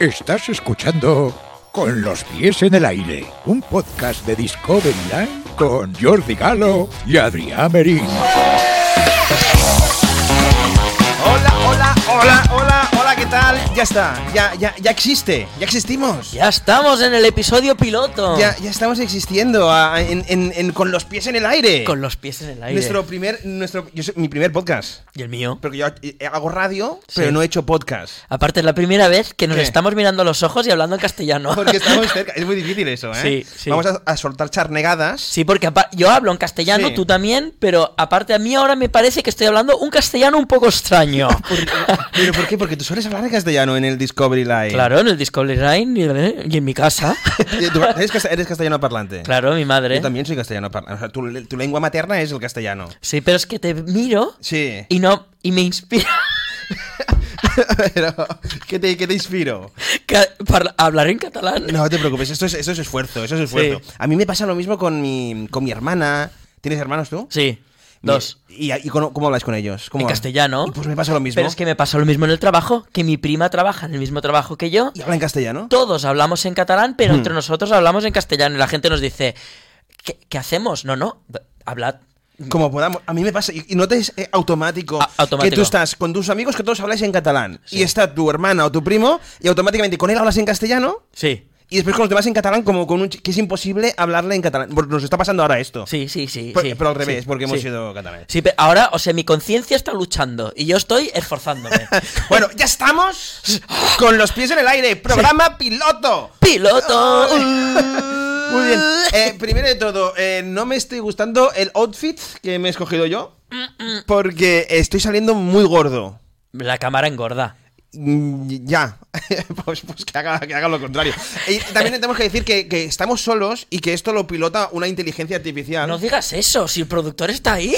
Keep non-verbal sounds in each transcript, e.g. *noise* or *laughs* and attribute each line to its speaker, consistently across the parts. Speaker 1: Estás escuchando Con los pies en el aire, un podcast de Discovery Line con Jordi Galo y Adrián Merín.
Speaker 2: Hola, hola, hola, hola, hola, ¿qué tal? Ya está, ya, ya, ya existe, ya existimos.
Speaker 3: Ya estamos en el episodio piloto.
Speaker 2: Ya, ya estamos existiendo a- en- en- en- con los pies en el aire.
Speaker 3: Con los pies en el aire.
Speaker 2: Nuestro primer, nuestro, yo soy- mi primer podcast.
Speaker 3: Y el mío.
Speaker 2: Porque yo eh, hago radio,
Speaker 3: Sí.
Speaker 2: pero no he hecho podcast.
Speaker 3: Aparte, es la primera vez que nos
Speaker 2: ¿Qué?
Speaker 3: estamos mirando a los ojos y hablando en castellano.
Speaker 2: Porque estamos cerca, es muy difícil eso, ¿eh?
Speaker 3: Sí, sí.
Speaker 2: Vamos a, a soltar charnegadas.
Speaker 3: *laughs* Sí, porque apa- yo hablo en castellano,
Speaker 2: Sí.
Speaker 3: tú también, pero aparte a mí ahora me parece que estoy hablando un castellano un
Speaker 2: *laughs*
Speaker 3: poco extraño.
Speaker 2: eh, ¿Pero por qué? Porque tú sueles hablar en castellano en el Discovery Live.
Speaker 3: claro, en el Discovery Line y- y en
Speaker 2: *laughs*
Speaker 3: mi casa.
Speaker 2: Eh, tú Eres, casta- eres castellano parlante.
Speaker 3: claro, ¿eh? mi madre.
Speaker 2: Yo también soy castellano parlante. O sea, tu, tu lengua materna es el castellano.
Speaker 3: Sí, pero es que te miro
Speaker 2: Sí.
Speaker 3: y no y me inspira *laughs*
Speaker 2: Pero, ¿qué te, qué te inspiro?
Speaker 3: ca- para hablar en catalán.
Speaker 2: No te preocupes, esto es, esto es esfuerzo, eso es esfuerzo.
Speaker 3: Sí.
Speaker 2: A mí me pasa lo mismo con mi, con mi hermana. ¿Tienes hermanos tú?
Speaker 3: Sí,
Speaker 2: Mi-
Speaker 3: dos.
Speaker 2: ¿Y, y cómo, cómo habláis con ellos? ¿Cómo
Speaker 3: En
Speaker 2: hablas?
Speaker 3: castellano.
Speaker 2: Y pues me pasa lo mismo.
Speaker 3: Pero es que me pasa lo mismo en el trabajo, que mi prima trabaja en el mismo trabajo que yo.
Speaker 2: ¿Y hablan en castellano?
Speaker 3: Todos hablamos en catalán, pero
Speaker 2: Hmm.
Speaker 3: entre nosotros hablamos en castellano. Y la gente nos dice, ¿qué, qué hacemos? No, no, b- hablad.
Speaker 2: Como podamos. A mí me pasa. Y, y no te es eh, automático,
Speaker 3: A- automático.
Speaker 2: que tú estás con tus amigos que todos habláis en catalán. Y está tu hermana o tu primo y automáticamente con él hablas en castellano.
Speaker 3: Sí.
Speaker 2: Y después con los demás en catalán, como con un chi- que es imposible hablarle en catalán. Porque Nos está pasando ahora esto.
Speaker 3: Sí, sí, sí.
Speaker 2: Pero,
Speaker 3: sí,
Speaker 2: pero al
Speaker 3: sí,
Speaker 2: revés, porque hemos
Speaker 3: sí.
Speaker 2: sido catalanes.
Speaker 3: Sí, pero ahora, o sea, mi conciencia está luchando y yo estoy esforzándome. *laughs*
Speaker 2: Bueno, ya estamos con los pies en el aire. Programa piloto.
Speaker 3: ¡Piloto!
Speaker 2: *laughs* Muy bien. Eh, primero de todo, eh, no me estoy gustando el outfit que me he escogido yo. Porque estoy saliendo muy gordo.
Speaker 3: La cámara engorda.
Speaker 2: Mm, Ya, *laughs* pues, pues que, haga, que haga lo contrario. Y también tenemos que decir que, que estamos solos y que esto lo pilota una inteligencia artificial.
Speaker 3: No digas eso, si el productor
Speaker 2: *laughs*
Speaker 3: está ahí.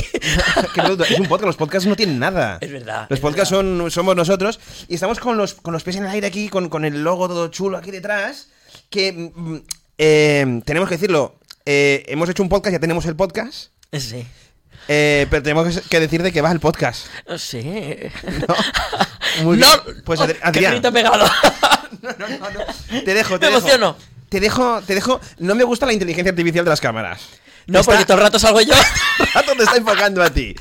Speaker 2: Qué bruto. es un podcast, los podcasts no tienen nada.
Speaker 3: Es verdad,
Speaker 2: Los
Speaker 3: es
Speaker 2: podcasts son, somos nosotros y estamos con los, con los pies en el aire aquí, con, con el logo todo chulo aquí detrás, que mm, eh, tenemos que decirlo, eh, hemos hecho un podcast, ya tenemos el podcast,
Speaker 3: sí.
Speaker 2: eh, pero tenemos que decir de qué va el podcast.
Speaker 3: No sé. *laughs*
Speaker 2: ¿no? Muy bien. Pues Adri-
Speaker 3: Oh, ¡Qué
Speaker 2: Adrián, *laughs*
Speaker 3: grito pegado!
Speaker 2: no, no, no, no. te dejo, te
Speaker 3: Me
Speaker 2: dejo.
Speaker 3: emociono.
Speaker 2: Te dejo, te dejo. No me gusta la inteligencia artificial de las cámaras.
Speaker 3: No,
Speaker 2: Está-
Speaker 3: porque todo el rato
Speaker 2: *laughs*
Speaker 3: salgo yo.
Speaker 2: te está enfocando a ti.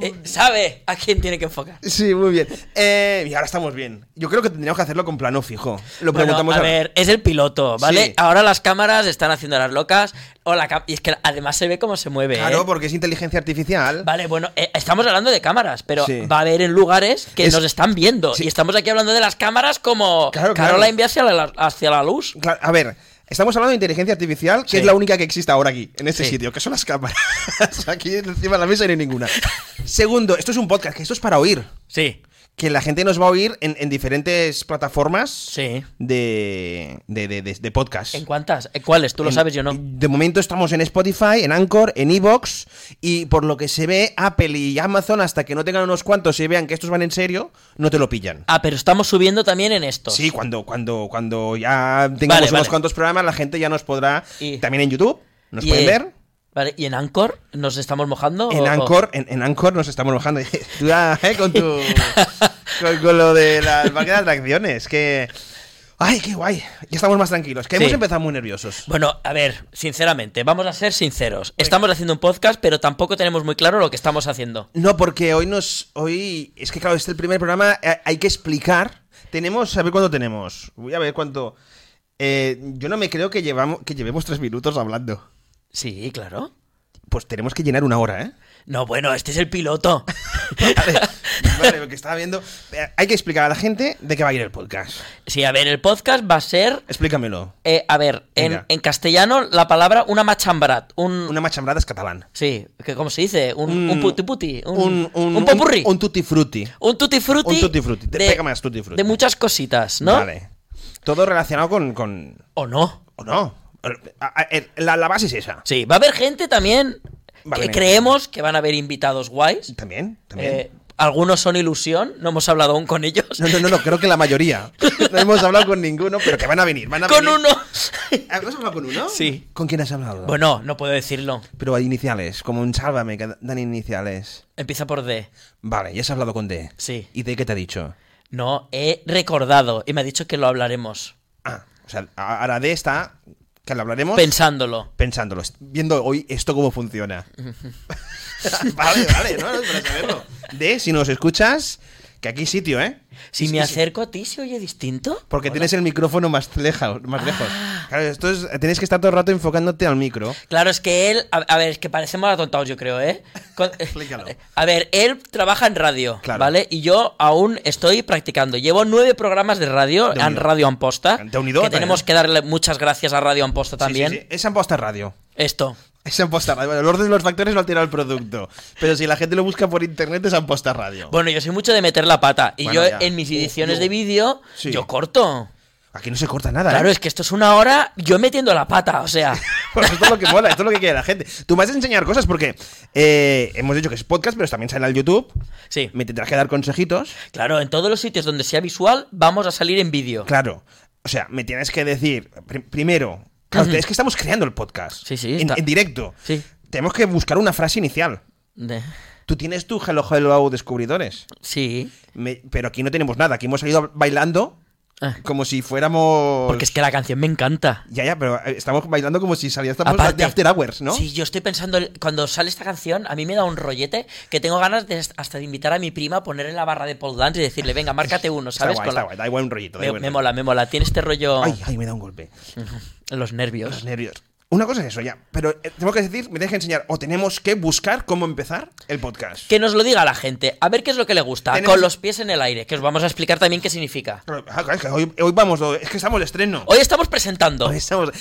Speaker 3: Eh, sabe a quién tiene que enfocar.
Speaker 2: Sí, muy bien. Eh, y ahora estamos bien. Yo creo que tendríamos que hacerlo con plano fijo. Lo
Speaker 3: Bueno,
Speaker 2: preguntamos
Speaker 3: a ver, es el piloto, ¿vale?
Speaker 2: Sí.
Speaker 3: Ahora las cámaras están haciendo las locas. O la cam- y es que además se ve cómo se mueve. ¿eh?
Speaker 2: Claro, pues. porque es inteligencia artificial.
Speaker 3: Vale, bueno, eh, estamos hablando de cámaras, pero
Speaker 2: Sí.
Speaker 3: va a haber en lugares que
Speaker 2: Es-
Speaker 3: nos están viendo.
Speaker 2: Sí.
Speaker 3: Y estamos aquí hablando de las cámaras como
Speaker 2: Claro, claro.
Speaker 3: Carola envía hacia la, hacia la luz.
Speaker 2: Cla- a ver, estamos hablando de inteligencia artificial, que
Speaker 3: Sí.
Speaker 2: es la única que existe ahora aquí, en este
Speaker 3: Sí.
Speaker 2: sitio, que son las cámaras. *laughs* aquí encima de la mesa no hay ninguna. Segundo, esto es un podcast, que esto es para oír.
Speaker 3: Sí,
Speaker 2: Que la gente nos va a oír en, en diferentes plataformas
Speaker 3: Sí.
Speaker 2: de, de, de- de- de podcast.
Speaker 3: ¿en cuántas? ¿En cuáles? Tú lo
Speaker 2: En-
Speaker 3: sabes, yo no.
Speaker 2: De momento estamos en Spotify, en Anchor, en Evox y por lo que se ve Apple y Amazon hasta que no tengan unos cuantos y vean que estos van en serio, no te lo pillan.
Speaker 3: Ah, pero estamos subiendo también en esto.
Speaker 2: Sí, cuando, cuando, cuando ya tengamos
Speaker 3: Vale,
Speaker 2: unos
Speaker 3: vale.
Speaker 2: cuantos programas, la gente ya nos podrá.
Speaker 3: Y-
Speaker 2: También en YouTube, nos
Speaker 3: Y, Oh,
Speaker 2: pueden
Speaker 3: eh,
Speaker 2: ver.
Speaker 3: Vale, ¿y en Anchor nos estamos mojando? o-
Speaker 2: En
Speaker 3: o-
Speaker 2: Anchor, en, en Anchor nos estamos mojando. *laughs* Tú ya, eh, con tu. con, con lo de las parque de atracciones, que. ¡Ay, qué guay! Ya estamos más tranquilos, que
Speaker 3: Sí.
Speaker 2: hemos empezado muy nerviosos.
Speaker 3: Bueno, a ver, sinceramente, vamos a ser sinceros. Estamos haciendo un podcast, pero tampoco tenemos muy claro lo que estamos haciendo.
Speaker 2: No, porque hoy nos. Hoy. Es que, claro, este es el primer programa. eh, Hay que explicar. Tenemos. A ver cuánto tenemos. Voy a ver cuánto. eh, yo no me creo que, llevamos, que llevemos tres minutos hablando.
Speaker 3: Sí, claro.
Speaker 2: Pues tenemos que llenar una
Speaker 3: *laughs*
Speaker 2: hora, ¿eh?
Speaker 3: No, bueno, este es el piloto. *laughs*
Speaker 2: Vale, vale, lo que estaba viendo. Eh, Hay que explicar a la gente de qué va a ir el podcast.
Speaker 3: Sí, a ver, el podcast va a ser.
Speaker 2: Explícamelo.
Speaker 3: eh, a ver, en,
Speaker 2: Venga.
Speaker 3: en castellano la palabra una machambrat. Un.
Speaker 2: Una machambrada es catalán.
Speaker 3: Sí, que, ¿cómo se dice? Un, un puti puti. Un,
Speaker 2: un, un,
Speaker 3: un popurrí.
Speaker 2: Un, tutti frutti.
Speaker 3: Un tutti frutti.
Speaker 2: un tutti frutti. Te pega más tutti frutti.
Speaker 3: De muchas cositas, ¿no?
Speaker 2: Vale. Todo relacionado con. con...
Speaker 3: ¿O no?
Speaker 2: ¿O no? A- a- La, la base es esa.
Speaker 3: Sí, va a haber gente también
Speaker 2: Va a
Speaker 3: que
Speaker 2: venir.
Speaker 3: creemos que van a haber invitados guays.
Speaker 2: También, también.
Speaker 3: Eh, algunos son ilusión, no hemos hablado aún con ellos.
Speaker 2: No, no, no, no, creo que la mayoría. No hemos hablado con ninguno, pero que van a venir. Van a
Speaker 3: con
Speaker 2: venir.
Speaker 3: uno. *laughs*
Speaker 2: ¿Has hablado con uno?
Speaker 3: Sí.
Speaker 2: ¿Con quién has hablado?
Speaker 3: bueno, no puedo decirlo.
Speaker 2: Pero hay iniciales, como un sálvame, que dan iniciales.
Speaker 3: Empieza por D.
Speaker 2: Vale, ya has hablado con D.
Speaker 3: Sí.
Speaker 2: ¿Y D qué te ha dicho?
Speaker 3: No, he recordado y me ha dicho que lo hablaremos.
Speaker 2: Ah, o sea, a- ahora de esta, que lo hablaremos
Speaker 3: Pensándolo.
Speaker 2: pensándolo, est- viendo hoy esto cómo
Speaker 3: *laughs*
Speaker 2: funciona. vale, vale, no, no, para saberlo. De, si nos escuchas, que aquí sitio, ¿eh?
Speaker 3: Si
Speaker 2: Es
Speaker 3: me
Speaker 2: que
Speaker 3: acerco a ti, ¿se oye distinto?
Speaker 2: Porque tienes el micrófono más lejos. Más
Speaker 3: Ah.
Speaker 2: lejos. Claro, esto es, tienes que estar todo el rato enfocándote al micro.
Speaker 3: Claro, es que él. A, a ver, es que parecemos atontados, yo
Speaker 2: *laughs*
Speaker 3: creo, ¿eh? Con-
Speaker 2: Explícalo.
Speaker 3: A ver, él trabaja en radio,
Speaker 2: Claro.
Speaker 3: ¿vale? Y yo aún estoy practicando. Llevo nueve programas de radio
Speaker 2: De
Speaker 3: en
Speaker 2: unido.
Speaker 3: Radio Amposta.
Speaker 2: De unido
Speaker 3: Que
Speaker 2: también.
Speaker 3: tenemos que darle muchas gracias a Radio Amposta también.
Speaker 2: Sí, sí, sí. Es Amposta Radio.
Speaker 3: Esto.
Speaker 2: Es Amposta Radio. Bueno, el orden de los factores lo ha tirado el producto. Pero si la gente lo busca por internet, es Amposta Radio.
Speaker 3: Bueno, yo soy mucho de meter la pata. Y
Speaker 2: Bueno,
Speaker 3: yo
Speaker 2: ya.
Speaker 3: en mis
Speaker 2: Uh,
Speaker 3: ediciones
Speaker 2: yo-
Speaker 3: de vídeo,
Speaker 2: Sí.
Speaker 3: yo corto.
Speaker 2: Aquí no se corta nada.
Speaker 3: Claro,
Speaker 2: ¿eh? *laughs*
Speaker 3: es que esto es una hora yo metiendo la pata, o sea.
Speaker 2: Bueno, esto es lo que mola, esto es lo que quiere la gente. Tú me has de enseñar cosas porque eh, hemos dicho que es podcast, pero también sale al YouTube.
Speaker 3: Sí.
Speaker 2: Me tendrás que dar consejitos.
Speaker 3: Claro, en todos los sitios donde sea visual, vamos a salir en vídeo.
Speaker 2: Claro. O sea, me tienes que decir, pri- primero, claro, es que estamos creando el podcast.
Speaker 3: Sí, sí,
Speaker 2: En,
Speaker 3: está-
Speaker 2: en directo.
Speaker 3: Sí.
Speaker 2: Tenemos que buscar una frase inicial.
Speaker 3: De-
Speaker 2: Tú tienes tu Hello Hello Descubridores.
Speaker 3: Sí.
Speaker 2: Me- pero aquí no tenemos nada. Aquí hemos salido bailando
Speaker 3: Ah.
Speaker 2: como si fuéramos.
Speaker 3: Porque es que la canción me encanta.
Speaker 2: Ya, ya, pero eh, estamos bailando como si saliéramos
Speaker 3: Aparte-
Speaker 2: de After Hours, ¿no?
Speaker 3: Sí, yo estoy pensando, el- cuando sale esta canción, a mí me da un rollete que tengo ganas de, hasta de invitar a mi prima a poner en la barra de pole dance y decirle, venga, márcate uno,
Speaker 2: Está
Speaker 3: ¿sabes?
Speaker 2: guay,
Speaker 3: Con
Speaker 2: está
Speaker 3: la-
Speaker 2: guay, da igual un rollito. da
Speaker 3: me,
Speaker 2: igual un
Speaker 3: me
Speaker 2: rollito.
Speaker 3: mola, me mola. Tiene este rollo...
Speaker 2: Ay, ay, me da un golpe.
Speaker 3: Los nervios.
Speaker 2: Los nervios. Una cosa es eso, ya. Pero eh, tengo que decir, me tienes que enseñar, o tenemos que buscar cómo empezar el podcast.
Speaker 3: Que nos lo diga la gente. A ver qué es lo que le gusta.
Speaker 2: Tenemos-
Speaker 3: Con los pies en el aire. Que os vamos a explicar también qué significa.
Speaker 2: Claro, claro, es que hoy, hoy vamos, es que estamos de estreno.
Speaker 3: Hoy
Speaker 2: *laughs*
Speaker 3: estamos presentando.
Speaker 2: Hoy estamos.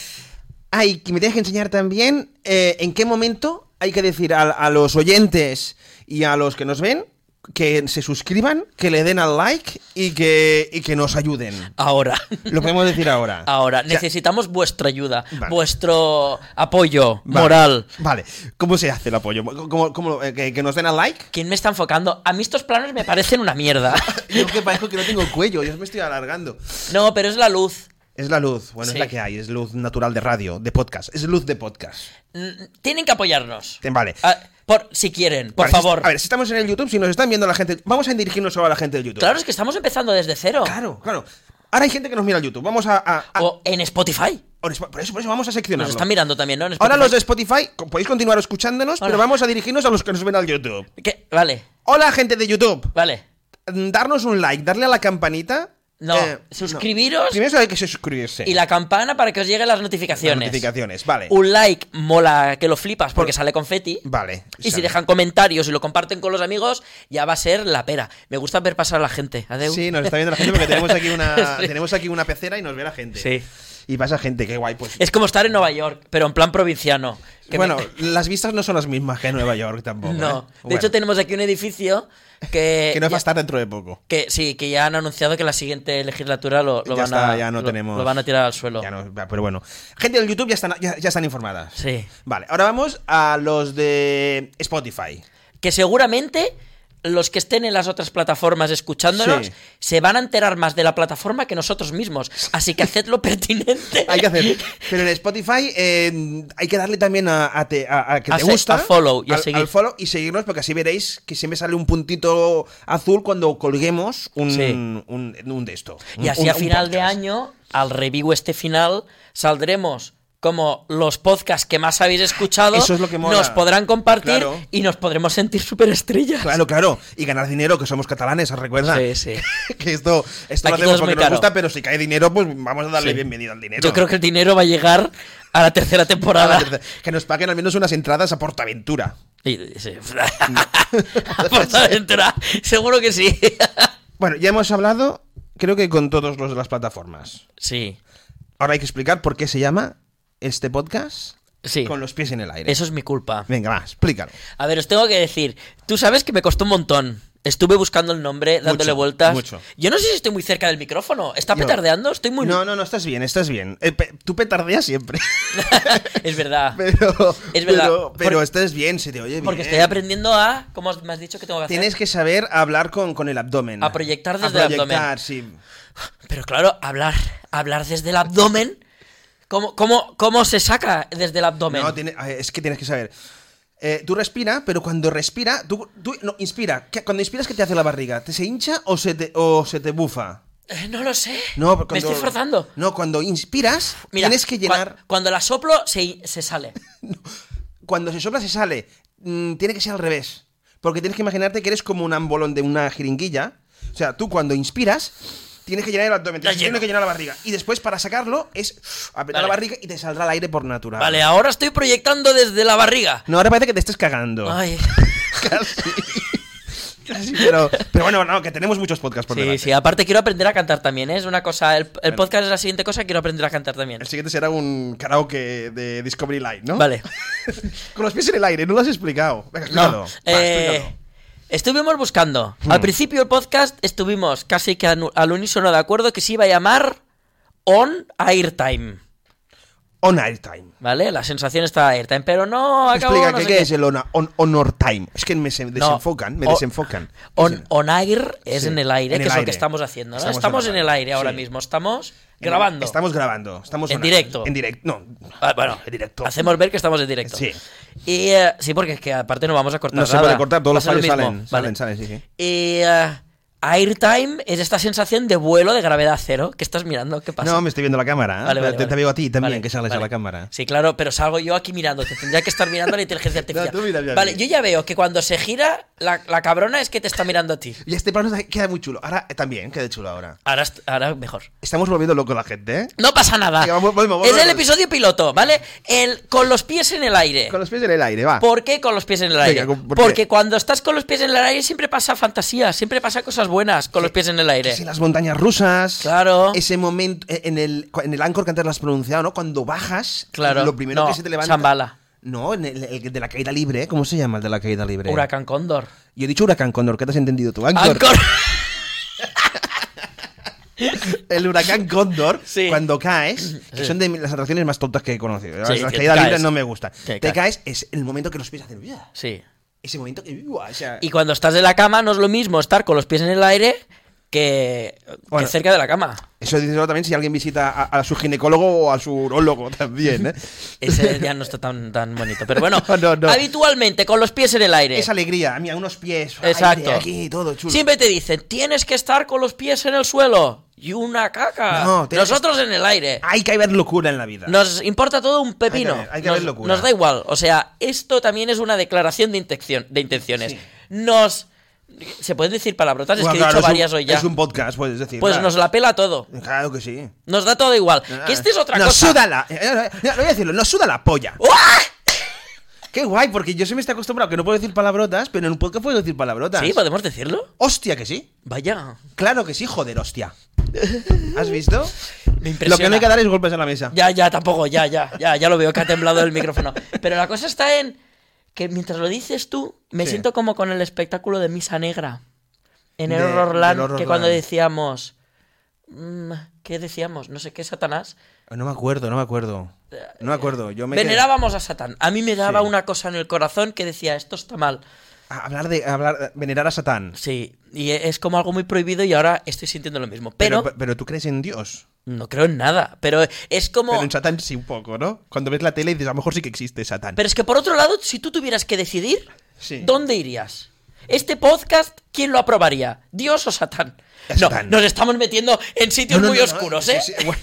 Speaker 2: Ay, que me tienes que enseñar también eh, en qué momento hay que decir a, a los oyentes y a los que nos ven que se suscriban, que le den al like y que, y que nos ayuden. *laughs*
Speaker 3: Ahora.
Speaker 2: Lo podemos decir ahora.
Speaker 3: *laughs* Ahora.
Speaker 2: O sea,
Speaker 3: Necesitamos vuestra ayuda.
Speaker 2: Vale.
Speaker 3: Vuestro apoyo
Speaker 2: vale,
Speaker 3: moral.
Speaker 2: Vale. ¿Cómo se hace el apoyo? ¿Cómo, cómo, eh, que, que nos den al like?
Speaker 3: ¿Quién me está enfocando? A mí estos planes me parecen
Speaker 2: *laughs*
Speaker 3: una mierda.
Speaker 2: Yo que parezco que no tengo cuello, yo me estoy alargando.
Speaker 3: No, pero es la luz.
Speaker 2: Es la luz, bueno,
Speaker 3: Sí.
Speaker 2: es la que hay, es luz natural de radio, de podcast, es luz de podcast.
Speaker 3: Mm, Tienen que apoyarnos.
Speaker 2: Te- Vale.
Speaker 3: Ah, por, si quieren, por
Speaker 2: Vale, si-
Speaker 3: favor.
Speaker 2: a ver, si estamos en el YouTube, si nos están viendo la gente, vamos a dirigirnos solo a la gente del YouTube.
Speaker 3: Claro, es que estamos empezando desde cero.
Speaker 2: Claro, claro. Ahora hay gente que nos mira al YouTube, vamos a... a- a-
Speaker 3: O en Spotify.
Speaker 2: por, eso, por eso- por eso vamos a
Speaker 3: Nos
Speaker 2: seccionarlo.
Speaker 3: están mirando también, ¿no? En
Speaker 2: Ahora
Speaker 3: Spotify.
Speaker 2: los de Spotify, co- podéis continuar escuchándonos,
Speaker 3: Hola.
Speaker 2: pero vamos a dirigirnos a los que nos ven al YouTube.
Speaker 3: ¿Qué? Vale,
Speaker 2: Hola gente de YouTube,
Speaker 3: vale.
Speaker 2: Mm, darnos un like, darle a la campanita.
Speaker 3: No,
Speaker 2: eh,
Speaker 3: suscribiros
Speaker 2: Primero hay que suscribirse.
Speaker 3: y la campana para que os lleguen las
Speaker 2: Las
Speaker 3: notificaciones.
Speaker 2: notificaciones, vale.
Speaker 3: Un like mola que lo flipas porque sale confeti.
Speaker 2: Vale.
Speaker 3: Y si
Speaker 2: sale.
Speaker 3: dejan comentarios y lo comparten con los amigos, ya va a ser la pera. Me gusta ver pasar a la gente. Adeu.
Speaker 2: Sí, nos está viendo la gente porque tenemos aquí una, *laughs*
Speaker 3: Sí.
Speaker 2: tenemos aquí una pecera y nos ve la gente.
Speaker 3: Sí.
Speaker 2: Y pasa gente, qué guay, pues.
Speaker 3: Es como estar en Nueva York, pero en plan provinciano. Que *laughs*
Speaker 2: bueno,
Speaker 3: me-
Speaker 2: las vistas no son las mismas que en Nueva York tampoco. ¿eh?
Speaker 3: no. De
Speaker 2: Bueno,
Speaker 3: hecho, tenemos aquí un edificio que.
Speaker 2: *laughs* que no va a
Speaker 3: ya-
Speaker 2: estar dentro de poco.
Speaker 3: que sí, que ya han anunciado que la siguiente legislatura lo, lo
Speaker 2: ya
Speaker 3: van
Speaker 2: está,
Speaker 3: a.
Speaker 2: ya no
Speaker 3: lo-
Speaker 2: tenemos.
Speaker 3: lo van a tirar al suelo.
Speaker 2: Ya no, va, pero bueno. Gente del YouTube ya están, ya, ya están informadas.
Speaker 3: Sí.
Speaker 2: Vale, ahora vamos a los de Spotify.
Speaker 3: que seguramente los que estén en las otras plataformas escuchándonos
Speaker 2: Sí.
Speaker 3: se van a enterar más de la plataforma que nosotros mismos. Así
Speaker 2: *laughs*
Speaker 3: que hacedlo pertinente.
Speaker 2: Hay que
Speaker 3: *laughs*
Speaker 2: hacer. Pero en Spotify eh, hay que darle también a, a te- a- a que
Speaker 3: A
Speaker 2: te
Speaker 3: se-
Speaker 2: gusta.
Speaker 3: a follow y a
Speaker 2: al-
Speaker 3: seguir.
Speaker 2: al follow y seguirnos, porque así veréis que siempre sale un puntito azul cuando colguemos un,
Speaker 3: Sí.
Speaker 2: un, un de esto.
Speaker 3: Y así
Speaker 2: Un-
Speaker 3: a
Speaker 2: un
Speaker 3: final de
Speaker 2: podcast.
Speaker 3: año, al review este final, saldremos como los podcasts que más habéis escuchado.
Speaker 2: Eso es lo que mola.
Speaker 3: Nos podrán compartir
Speaker 2: Claro.
Speaker 3: y nos podremos sentir superestrellas.
Speaker 2: Claro, claro. Y ganar dinero, que somos catalanes, recuerda.
Speaker 3: Sí, sí.
Speaker 2: *laughs* que esto, esto lo
Speaker 3: Aquí todo
Speaker 2: hacemos
Speaker 3: es muy
Speaker 2: porque nos
Speaker 3: caro.
Speaker 2: gusta, pero si cae dinero, pues vamos a darle
Speaker 3: Sí.
Speaker 2: bienvenida al dinero.
Speaker 3: Yo creo que el dinero va a llegar a la tercera temporada.
Speaker 2: Que nos paguen al menos unas entradas a Portaventura.
Speaker 3: Y-
Speaker 2: *laughs*
Speaker 3: sí. *laughs* Portaventura, Seguro que sí.
Speaker 2: Bueno, ya hemos hablado, creo que con todos los de las plataformas.
Speaker 3: sí.
Speaker 2: Ahora hay que explicar por qué se llama este podcast
Speaker 3: Sí.
Speaker 2: con los pies en el aire.
Speaker 3: Eso es mi culpa.
Speaker 2: Venga, va, explícalo.
Speaker 3: A ver, os tengo que decir, tú sabes que me costó un montón. Estuve buscando el nombre, dándole
Speaker 2: Mucho,
Speaker 3: vueltas.
Speaker 2: mucho.
Speaker 3: Yo no sé si estoy muy cerca del micrófono. ¿Está
Speaker 2: Yo-
Speaker 3: petardeando? Estoy muy. *laughs*
Speaker 2: No, no, no, estás bien, estás bien. Eh, pe- tú petardeas siempre. *laughs*
Speaker 3: es verdad.
Speaker 2: pero.
Speaker 3: Es verdad.
Speaker 2: Pero, pero
Speaker 3: Por-
Speaker 2: estás bien, se te oye bien.
Speaker 3: Porque estoy aprendiendo a. ¿Cómo has- me has dicho que tengo que hacer?
Speaker 2: Tienes que saber hablar con, con el abdomen.
Speaker 3: A proyectar desde
Speaker 2: A
Speaker 3: el
Speaker 2: proyectar,
Speaker 3: abdomen.
Speaker 2: sí.
Speaker 3: Pero claro, hablar. Hablar desde el abdomen. ¿Cómo, cómo, cómo se saca desde el abdomen?
Speaker 2: No, tiene- es que tienes que saber. eh, tú respira, pero cuando respira, tú, tú- no, inspira. ¿Qué- cuando inspiras, ¿qué te hace la barriga? ¿Te se hincha o se te, o se te bufa?
Speaker 3: Eh, no lo sé.
Speaker 2: No, pero
Speaker 3: Me
Speaker 2: cuando-
Speaker 3: estoy forzando.
Speaker 2: No, cuando inspiras,
Speaker 3: Mira,
Speaker 2: tienes que
Speaker 3: cua-
Speaker 2: llenar.
Speaker 3: cuando la soplo, se, se sale.
Speaker 2: Cuando se sopla, se sale. Mm, tiene que ser al revés. Porque tienes que imaginarte que eres como un ambolón de una jeringuilla. O sea, tú cuando inspiras, tienes que llenar el abdomen.
Speaker 3: La
Speaker 2: Tienes
Speaker 3: lleno.
Speaker 2: que llenar la barriga. Y después, para sacarlo, es apretar
Speaker 3: Vale.
Speaker 2: la barriga y te saldrá el aire por natural.
Speaker 3: Vale, ahora estoy proyectando desde la barriga.
Speaker 2: No, ahora parece que te estés cagando.
Speaker 3: Ay.
Speaker 2: *laughs* Casi. Casi, pero, pero bueno, no, que tenemos muchos podcasts por
Speaker 3: Sí,
Speaker 2: delante.
Speaker 3: sí, aparte quiero aprender a cantar también, ¿eh? es una cosa, el, el podcast es la siguiente cosa, quiero aprender a cantar también.
Speaker 2: El siguiente será un karaoke de Discovery Live, ¿no?
Speaker 3: Vale.
Speaker 2: Con los pies en el aire, no lo has explicado. Venga, explícalo. Va,
Speaker 3: Eh,
Speaker 2: explícalo. Hmm.
Speaker 3: estuvimos buscando. Al principio del podcast estuvimos casi que anu- al unísono de acuerdo que se iba a llamar On Airtime.
Speaker 2: On airtime.
Speaker 3: ¿Vale? La sensación está airtime, pero no acabó.
Speaker 2: Explica,
Speaker 3: no
Speaker 2: ¿qué,
Speaker 3: sé
Speaker 2: qué
Speaker 3: qué.
Speaker 2: es el on, on- honor time? Es que me se- desenfocan, me
Speaker 3: O-
Speaker 2: desenfocan.
Speaker 3: On, on air es
Speaker 2: Sí,
Speaker 3: en el aire,
Speaker 2: en
Speaker 3: que
Speaker 2: el
Speaker 3: es lo
Speaker 2: aire.
Speaker 3: que estamos haciendo. ¿no? Estamos,
Speaker 2: Estamos en
Speaker 3: en
Speaker 2: el
Speaker 3: el aire ahora
Speaker 2: sí.
Speaker 3: mismo, estamos grabando.
Speaker 2: Estamos grabando. Estamos
Speaker 3: En
Speaker 2: on-
Speaker 3: directo.
Speaker 2: En directo. No.
Speaker 3: Ah, bueno,
Speaker 2: en directo.
Speaker 3: Hacemos ver que estamos en directo.
Speaker 2: Sí.
Speaker 3: Y, eh, sí, porque es que aparte no vamos a cortar
Speaker 2: No se
Speaker 3: nada.
Speaker 2: puede cortar, todos
Speaker 3: Va
Speaker 2: los
Speaker 3: a ser lo
Speaker 2: fallos
Speaker 3: mismo.
Speaker 2: salen, salen, salen, sí, sí.
Speaker 3: Y eh, airtime es esta sensación de vuelo de gravedad cero que estás mirando. ¿Qué pasa?
Speaker 2: No, me estoy viendo la cámara. ¿eh?
Speaker 3: Vale, vale,
Speaker 2: te, te
Speaker 3: vale.
Speaker 2: veo a ti también,
Speaker 3: Vale,
Speaker 2: que sales a
Speaker 3: vale.
Speaker 2: la cámara.
Speaker 3: Sí, claro, pero salgo yo aquí mirando. Te tendría que estar mirando
Speaker 2: *laughs*
Speaker 3: la inteligencia artificial.
Speaker 2: tú mírame a mí.
Speaker 3: vale, yo ya veo que cuando se gira, la, la cabrona es que te está mirando a ti.
Speaker 2: Y este plano queda muy chulo. Ahora eh, también queda chulo ahora.
Speaker 3: Ahora, est- ahora mejor.
Speaker 2: Estamos volviendo loco la gente, ¿eh?
Speaker 3: No pasa nada.
Speaker 2: Venga, vol- volvemos,
Speaker 3: es el
Speaker 2: volvemos.
Speaker 3: episodio piloto, ¿vale? El, con los pies en el aire.
Speaker 2: Con los pies en el aire, va.
Speaker 3: ¿Por qué con los pies en el aire?
Speaker 2: con- Ah. ¿por qué?
Speaker 3: Porque cuando estás con los pies en el aire siempre pasa fantasía, siempre pasa cosas buenas con los pies en el
Speaker 2: Que
Speaker 3: aire.
Speaker 2: si las montañas rusas.
Speaker 3: Claro.
Speaker 2: Ese momento eh, en el, en el Anchor que antes lo has pronunciado, ¿no? Cuando bajas,
Speaker 3: Claro.
Speaker 2: lo primero
Speaker 3: No,
Speaker 2: que se te levanta.
Speaker 3: Shambhala.
Speaker 2: No, en el, el de la caída libre, ¿eh? ¿cómo se llama el de la caída libre?
Speaker 3: Huracán Cóndor.
Speaker 2: Yo he dicho huracán Cóndor, ¿qué te has entendido tú? Anchor.
Speaker 3: Ancor-
Speaker 2: *laughs* El huracán Cóndor,
Speaker 3: *laughs* Sí.
Speaker 2: cuando caes, que
Speaker 3: Sí.
Speaker 2: son de las atracciones más tontas que he conocido. Las-
Speaker 3: Sí,
Speaker 2: las
Speaker 3: que
Speaker 2: caídas
Speaker 3: caes.
Speaker 2: libres no me gustan.
Speaker 3: Que
Speaker 2: Te caes, es el momento que los pies hacen. ¡uah!
Speaker 3: Sí.
Speaker 2: Ese momento que. ¡uah! O sea,
Speaker 3: Y cuando estás en la cama no es lo mismo estar con los pies en el aire que, que
Speaker 2: Bueno.
Speaker 3: cerca de la cama.
Speaker 2: Eso díselo también si alguien visita a, a su ginecólogo o a su urólogo *laughs* también. ¿eh? *laughs*
Speaker 3: Ese ya no está tan, tan bonito. Pero bueno,
Speaker 2: No, no, no.
Speaker 3: habitualmente con los pies en el aire.
Speaker 2: Esa alegría, mira, unos pies. aire
Speaker 3: Exacto.
Speaker 2: aquí, todo chulo.
Speaker 3: Siempre te dicen, tienes que estar con los pies en el suelo. Y una caca.
Speaker 2: No, tienes-
Speaker 3: Nosotros en el aire.
Speaker 2: Hay que haber locura en la vida.
Speaker 3: Nos importa todo un pepino.
Speaker 2: Hay que ver- hay que
Speaker 3: nos,
Speaker 2: ver locura.
Speaker 3: nos da igual. O sea, esto también es una declaración de, intención, de intenciones.
Speaker 2: Sí.
Speaker 3: Nos. ¿Se pueden decir palabrotas?
Speaker 2: Bueno,
Speaker 3: es que he
Speaker 2: claro,
Speaker 3: dicho
Speaker 2: es un-
Speaker 3: varias hoy ya.
Speaker 2: Es un podcast, puedes decir.
Speaker 3: Pues
Speaker 2: va.
Speaker 3: nos la pela todo.
Speaker 2: Claro que sí.
Speaker 3: Nos da todo igual. Que esta es otra
Speaker 2: nos
Speaker 3: cosa.
Speaker 2: Suda la, eh, eh, eh, lo voy a decirlo, nos suda la polla.
Speaker 3: ¡Uah!
Speaker 2: Qué guay, porque yo se me está acostumbrado que no puedo decir palabrotas, pero en un podcast puedo decir palabrotas.
Speaker 3: Sí, podemos decirlo.
Speaker 2: Hostia que sí.
Speaker 3: Vaya.
Speaker 2: Claro que sí, joder, hostia. ¿Has visto?
Speaker 3: Me impresiona.
Speaker 2: Lo que no hay que dar es golpes en la mesa.
Speaker 3: Ya, ya, tampoco, ya, ya, ya, ya lo veo que ha temblado el micrófono. Pero la cosa está en que mientras lo dices tú, me
Speaker 2: Sí.
Speaker 3: siento como con el espectáculo de Misa Negra en el
Speaker 2: De-
Speaker 3: Horrorland,
Speaker 2: del Horrorland.
Speaker 3: que cuando decíamos. mm, ¿Qué decíamos? No sé qué, Satanás.
Speaker 2: No me acuerdo, no me acuerdo. No me acuerdo. Yo me quedé-
Speaker 3: Venerábamos a Satán. A mí me daba
Speaker 2: Sí.
Speaker 3: una cosa en el corazón que decía, esto está mal.
Speaker 2: Ah, hablar de hablar, venerar a Satán.
Speaker 3: Sí, y e- es como algo muy prohibido y ahora estoy sintiendo lo mismo. Pero,
Speaker 2: Pero, pero tú crees en Dios.
Speaker 3: no creo en nada. Pero es como.
Speaker 2: Pero en Satán sí un poco, ¿no? Cuando ves la tele dices, a lo mejor sí que existe Satán.
Speaker 3: Pero es que por otro lado, si tú tuvieras que decidir,
Speaker 2: Sí.
Speaker 3: ¿dónde irías? Este podcast, ¿quién lo aprobaría? ¿Dios o Satán?
Speaker 2: Es
Speaker 3: No,
Speaker 2: Satán.
Speaker 3: nos estamos metiendo en
Speaker 2: No,
Speaker 3: sitios
Speaker 2: no,
Speaker 3: muy
Speaker 2: no, no.
Speaker 3: oscuros,
Speaker 2: Sí,
Speaker 3: ¿eh?
Speaker 2: sí, bueno,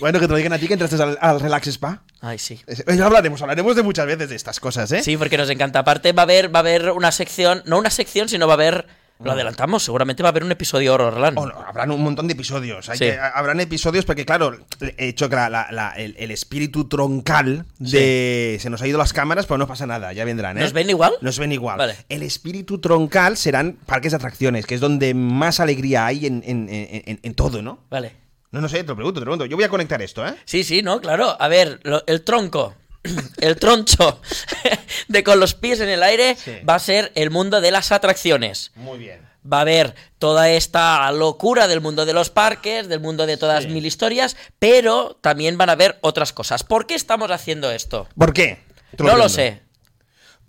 Speaker 2: bueno, que te lo digan a ti que entraste al, al Relax Spa.
Speaker 3: Ay, sí.
Speaker 2: Es- eh, hablaremos, hablaremos de muchas veces de estas cosas, ¿eh?
Speaker 3: Sí, porque nos encanta. Aparte, va a haber, va a haber una sección, no una sección, sino va a haber. Lo adelantamos, seguramente va a haber un episodio Horrorland.
Speaker 2: O Ah. Oh, no, habrán un montón de episodios. Hay
Speaker 3: Sí.
Speaker 2: que- ha- habrán episodios porque, claro, he hecho que la- la- la- el, el espíritu troncal de. Se nos ha ido las cámaras, pero no pasa nada, ya vendrán, ¿eh?
Speaker 3: ¿Nos ven igual?
Speaker 2: Nos ven igual.
Speaker 3: Vale.
Speaker 2: El espíritu troncal serán parques de atracciones, que es donde más alegría hay en, en- en- en- en todo, ¿no?
Speaker 3: Vale.
Speaker 2: No, no sé, te lo pregunto, te lo pregunto. Yo voy a conectar esto, ¿eh?
Speaker 3: Sí, sí, no, claro. A ver, lo- el tronco, *clears throat* el troncho *laughs* de con los pies en el aire
Speaker 2: Sí.
Speaker 3: va a ser el mundo de las atracciones.
Speaker 2: Muy bien.
Speaker 3: va a haber toda esta locura del mundo de los parques, del mundo de todas
Speaker 2: Sí.
Speaker 3: mil historias, pero también van a haber otras cosas. ¿Por qué estamos haciendo esto?
Speaker 2: ¿Por qué? Te
Speaker 3: No lo
Speaker 2: pregunto.
Speaker 3: sé.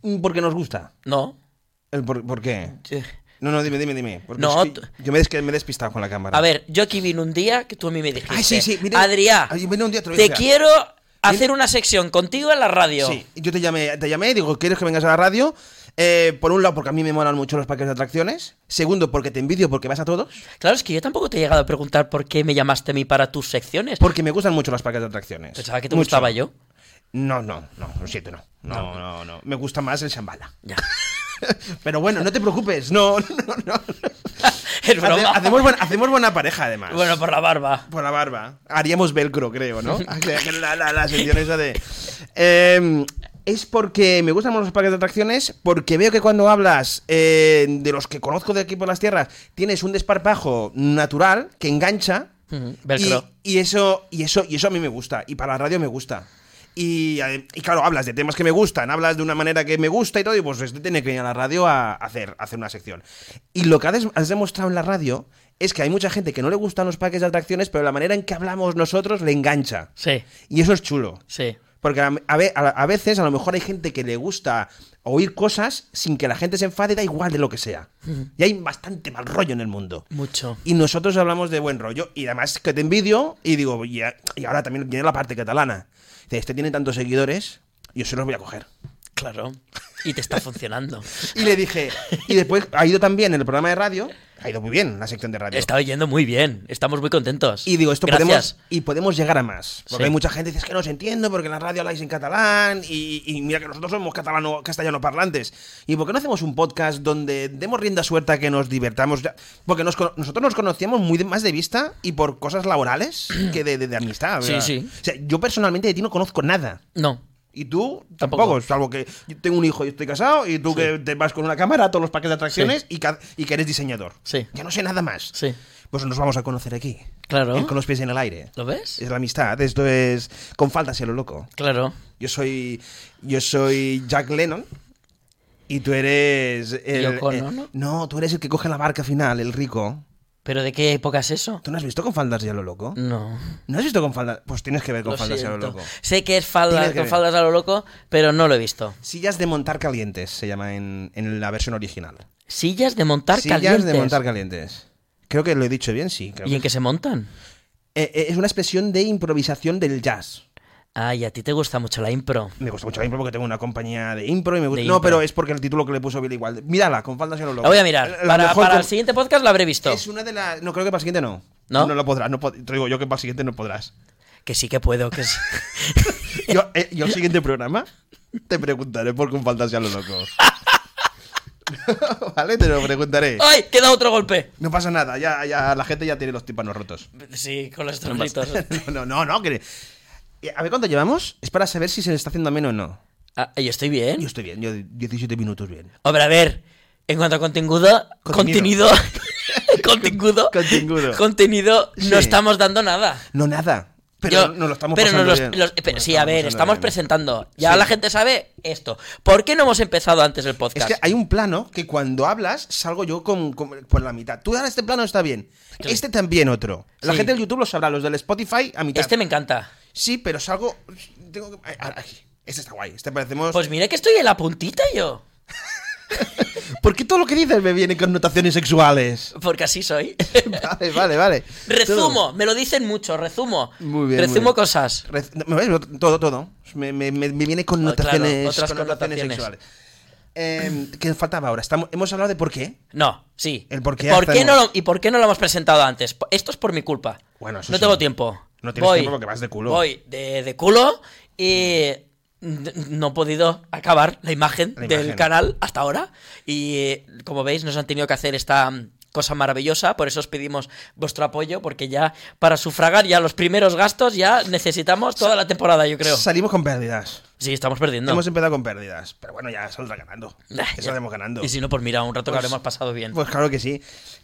Speaker 2: Mm, Porque nos gusta.
Speaker 3: No.
Speaker 2: El por, por qué?
Speaker 3: Eh,
Speaker 2: No, no, dime, dime, dime. Porque
Speaker 3: No,
Speaker 2: es que
Speaker 3: tú-
Speaker 2: yo me, des- que me he despistado con la cámara.
Speaker 3: A ver, yo aquí vine un día que tú a mí me dijiste,
Speaker 2: Ay, sí, sí, mira.
Speaker 3: Adriá,
Speaker 2: Ay, vine un día, te lo voy a
Speaker 3: te
Speaker 2: decir".
Speaker 3: quiero hacer una sección contigo en la radio.
Speaker 2: Sí, yo te llamé, te llamé, digo, ¿quieres que vengas a la radio? Eh, por un lado, porque a mí me molan mucho los parques de atracciones. Segundo, porque te envidio porque vas a todos.
Speaker 3: Claro, es que yo tampoco te he llegado a preguntar por qué me llamaste a mí para tus secciones.
Speaker 2: Porque me gustan mucho los parques de atracciones.
Speaker 3: Pensaba que te
Speaker 2: Mucho.
Speaker 3: gustaba yo. *laughs*
Speaker 2: No, no, no, lo siento, no. No, no, no. Me gusta más el Shambhala.
Speaker 3: Ya.
Speaker 2: *laughs* Pero bueno, no te preocupes, no, no, no.
Speaker 3: es broma.
Speaker 2: Hace- hacemos, buena, hacemos buena pareja, además.
Speaker 3: Bueno, por la barba.
Speaker 2: Por la barba. Haríamos velcro, creo,
Speaker 3: *laughs*
Speaker 2: ¿no? Ah, la, la, la sección esa de. Eh, es porque me gustan más los parques de atracciones, porque veo que cuando hablas eh, de los que conozco de aquí por las tierras, tienes un desparpajo natural que engancha.
Speaker 3: Ujú, velcro.
Speaker 2: Y, y eso, y, eso, y eso a mí me gusta. Y para la radio me gusta. Y, eh, y claro, hablas de temas que me gustan, hablas de una manera que me gusta y todo, y pues esto tiene que ir a la radio a hacer, a hacer una sección. Y lo que has, has demostrado en la radio es que hay mucha gente que no le gustan los parques de atracciones, pero la manera en que hablamos nosotros le engancha.
Speaker 3: Sí,
Speaker 2: Y eso es chulo.
Speaker 3: sí.
Speaker 2: Porque a, a ve- a- a veces a lo mejor hay gente que le gusta oír cosas sin que la gente se enfade, da igual de lo que sea. Y hay bastante mal rollo en el mundo.
Speaker 3: Mucho.
Speaker 2: Y nosotros hablamos de buen rollo. Y además que te envidio y digo, y, a- y ahora también viene la parte catalana. Dice, este tiene tantos seguidores, yo se los voy a coger.
Speaker 3: Claro. Y te
Speaker 2: *laughs*
Speaker 3: está funcionando.
Speaker 2: Y le dije, y después ha ido también en el programa de radio, ha ido muy bien la sección de radio.
Speaker 3: Está oyendo muy bien. Estamos muy contentos.
Speaker 2: Y digo, esto
Speaker 3: Gracias.
Speaker 2: podemos, y podemos llegar a más. Porque
Speaker 3: Sí.
Speaker 2: hay mucha gente que dice, es que no os entiendo, porque en la radio habláis en catalán, y, y mira que nosotros somos catalano, castellano parlantes. ¿Y por qué no hacemos un podcast donde demos rienda suelta que nos divertamos? Ya- Porque nos cono- nosotros nos conocíamos muy de- más de vista y por cosas laborales que de, de- de amistad.
Speaker 3: Sí,
Speaker 2: ¿verdad?
Speaker 3: sí.
Speaker 2: O sea, yo personalmente de ti no conozco nada.
Speaker 3: No.
Speaker 2: Y tú
Speaker 3: Tampoco.
Speaker 2: tampoco, salvo que yo tengo un hijo y estoy casado, y tú que te vas con una cámara a todos los parques de atracciones y, ca- y que eres diseñador.
Speaker 3: Sí.
Speaker 2: Ya no sé nada más.
Speaker 3: Sí.
Speaker 2: Pues nos vamos a conocer aquí.
Speaker 3: Claro.
Speaker 2: En con los pies en el aire.
Speaker 3: ¿Lo ves?
Speaker 2: Es la amistad, esto es con falta a lo loco.
Speaker 3: Claro.
Speaker 2: Yo soy yo soy Jack Lennon y tú eres el
Speaker 3: Yoko
Speaker 2: eh,
Speaker 3: Ono.
Speaker 2: no, tú eres el que coge la barca final, el rico.
Speaker 3: ¿Pero de qué época es eso?
Speaker 2: ¿Tú no has visto con faldas y a lo loco?
Speaker 3: No.
Speaker 2: ¿No has visto con faldas? Pues tienes que ver con
Speaker 3: Mm. Lo
Speaker 2: faldas y a lo
Speaker 3: siento.
Speaker 2: loco.
Speaker 3: Sé que es falda,
Speaker 2: Tienes que
Speaker 3: con
Speaker 2: ver.
Speaker 3: faldas a lo loco, pero no lo he visto.
Speaker 2: Sillas de montar calientes se llama en, en la versión original.
Speaker 3: Sillas de montar
Speaker 2: Sillas
Speaker 3: calientes.
Speaker 2: de montar calientes. Creo que lo he dicho bien, sí. creo
Speaker 3: ¿Y en qué se montan?
Speaker 2: que- Eh, eh, es una expresión de improvisación del jazz.
Speaker 3: Ay, a ti te gusta mucho la impro.
Speaker 2: Me gusta mucho la impro porque tengo una compañía de impro y me gusta.
Speaker 3: De
Speaker 2: No,
Speaker 3: impro.
Speaker 2: pero es porque el título que le puso Billy igual. Mírala, con faldas y no lo
Speaker 3: La voy a mirar. Para, para el siguiente podcast la habré visto.
Speaker 2: Es una de las. No, creo que para el siguiente no.
Speaker 3: ¿No?
Speaker 2: No lo podrás. No pod- Te digo yo que para el siguiente no podrás.
Speaker 3: Que sí que
Speaker 2: *laughs*
Speaker 3: puedo, que sí.
Speaker 2: Yo, eh, yo el siguiente programa te preguntaré por con faldas y a lo loco. *laughs* ¿Vale? Te lo preguntaré.
Speaker 3: ¡Ay! Queda otro golpe.
Speaker 2: No pasa nada, ya, ya la gente ya tiene los tímpanos rotos.
Speaker 3: Sí, con los trombitos.
Speaker 2: *laughs* No, no, no, no. Que... Eh, A ver cuánto llevamos. Es para saber si se le está haciendo ameno o no.
Speaker 3: Ah, yo estoy
Speaker 2: Yo
Speaker 3: bien.
Speaker 2: estoy bien, yo 17 minutos bien.
Speaker 3: Hombre, a ver. En cuanto a contenido. Contenido.
Speaker 2: Contenido. *laughs*
Speaker 3: Contenido. *laughs*
Speaker 2: Contenido.
Speaker 3: Contenido.
Speaker 2: Sí.
Speaker 3: No estamos dando nada.
Speaker 2: No, nada. Pero
Speaker 3: Yo-
Speaker 2: nos lo estamos
Speaker 3: pero nos
Speaker 2: pasando
Speaker 3: los-
Speaker 2: bien.
Speaker 3: los- eh,
Speaker 2: Nos
Speaker 3: pero-
Speaker 2: lo
Speaker 3: sí, a ver,
Speaker 2: pasando
Speaker 3: estamos
Speaker 2: bien.
Speaker 3: presentando. Ya
Speaker 2: Sí.
Speaker 3: la gente sabe esto. ¿Por qué no hemos empezado antes el
Speaker 2: Es
Speaker 3: podcast?
Speaker 2: que hay un plano que cuando hablas salgo yo con, con- por la mitad. Tú ahora este plano está bien.
Speaker 3: Claro.
Speaker 2: Este también otro. La
Speaker 3: Sí.
Speaker 2: gente del YouTube lo sabrá, los del Spotify a mitad.
Speaker 3: Este me encanta.
Speaker 2: Sí, pero salgo. Tengo que. ay, ay, ay. Este está guay. Este parecemos.
Speaker 3: Pues mira que estoy en la puntita yo.
Speaker 2: ¿Por qué todo lo que dices me viene con notaciones sexuales? *laughs*
Speaker 3: Porque así soy. *laughs*
Speaker 2: Vale, vale, vale.
Speaker 3: resumo, me lo dicen mucho, resumo.
Speaker 2: Muy bien,
Speaker 3: Resumo
Speaker 2: muy bien.
Speaker 3: cosas.
Speaker 2: Todo. Rez- ¿Me ves? Todo, todo. Me, me- me- me viene con
Speaker 3: Ah, claro,
Speaker 2: notaciones,
Speaker 3: otras
Speaker 2: con notaciones
Speaker 3: connotaciones.
Speaker 2: sexuales. Eh, ¿Qué faltaba ahora? Estamos, hemos hablado de por qué.
Speaker 3: No, sí.
Speaker 2: El por qué
Speaker 3: qué no
Speaker 2: hacemos-
Speaker 3: lo- ¿Y por qué no lo hemos presentado antes? Po- Esto es por mi culpa.
Speaker 2: Bueno, eso
Speaker 3: No
Speaker 2: sí.
Speaker 3: tengo tiempo.
Speaker 2: No tienes tiempo porque vas de culo.
Speaker 3: Voy de, de culo y n- no he podido acabar la imagen
Speaker 2: La
Speaker 3: del
Speaker 2: imagen.
Speaker 3: canal hasta ahora. Y eh, como veis, nos han tenido que hacer esta mm, cosa maravillosa. Por eso os pedimos vuestro apoyo porque ya para sufragar ya los primeros gastos ya necesitamos toda la temporada, yo creo.
Speaker 2: Salimos con pérdidas.
Speaker 3: Sí, estamos perdiendo.
Speaker 2: Hemos empezado con pérdidas, pero bueno, ya saldrá ganando.
Speaker 3: Ah,
Speaker 2: Ya
Speaker 3: ya.
Speaker 2: saldremos ganando.
Speaker 3: Y si no, pues mira, un rato que
Speaker 2: Pues-
Speaker 3: habremos pasado bien.
Speaker 2: Pues claro que sí.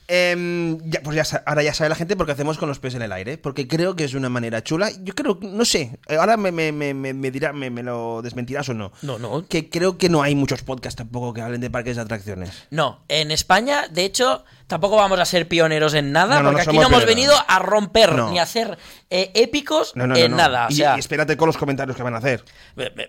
Speaker 2: Em, ya, pues ya, sa- ahora ya sabe la gente por qué hacemos con los pies en el aire, porque creo que es una manera chula. Yo creo, no sé, eh, ahora me, me, me, me- me dirá, me, me lo desmentirás o no.
Speaker 3: No, no.
Speaker 2: Que creo que no hay muchos podcasts tampoco que hablen de parques de atracciones.
Speaker 3: No, en España, de hecho, tampoco vamos a ser pioneros en nada,
Speaker 2: No, no,
Speaker 3: porque
Speaker 2: no
Speaker 3: aquí
Speaker 2: somos
Speaker 3: no hemos
Speaker 2: pioneros.
Speaker 3: venido a romper
Speaker 2: No.
Speaker 3: ni a hacer eh, épicos
Speaker 2: No, no, no.
Speaker 3: en
Speaker 2: no.
Speaker 3: nada. O
Speaker 2: Y-
Speaker 3: sea,
Speaker 2: y espérate con los comentarios que van a hacer.
Speaker 3: me, me-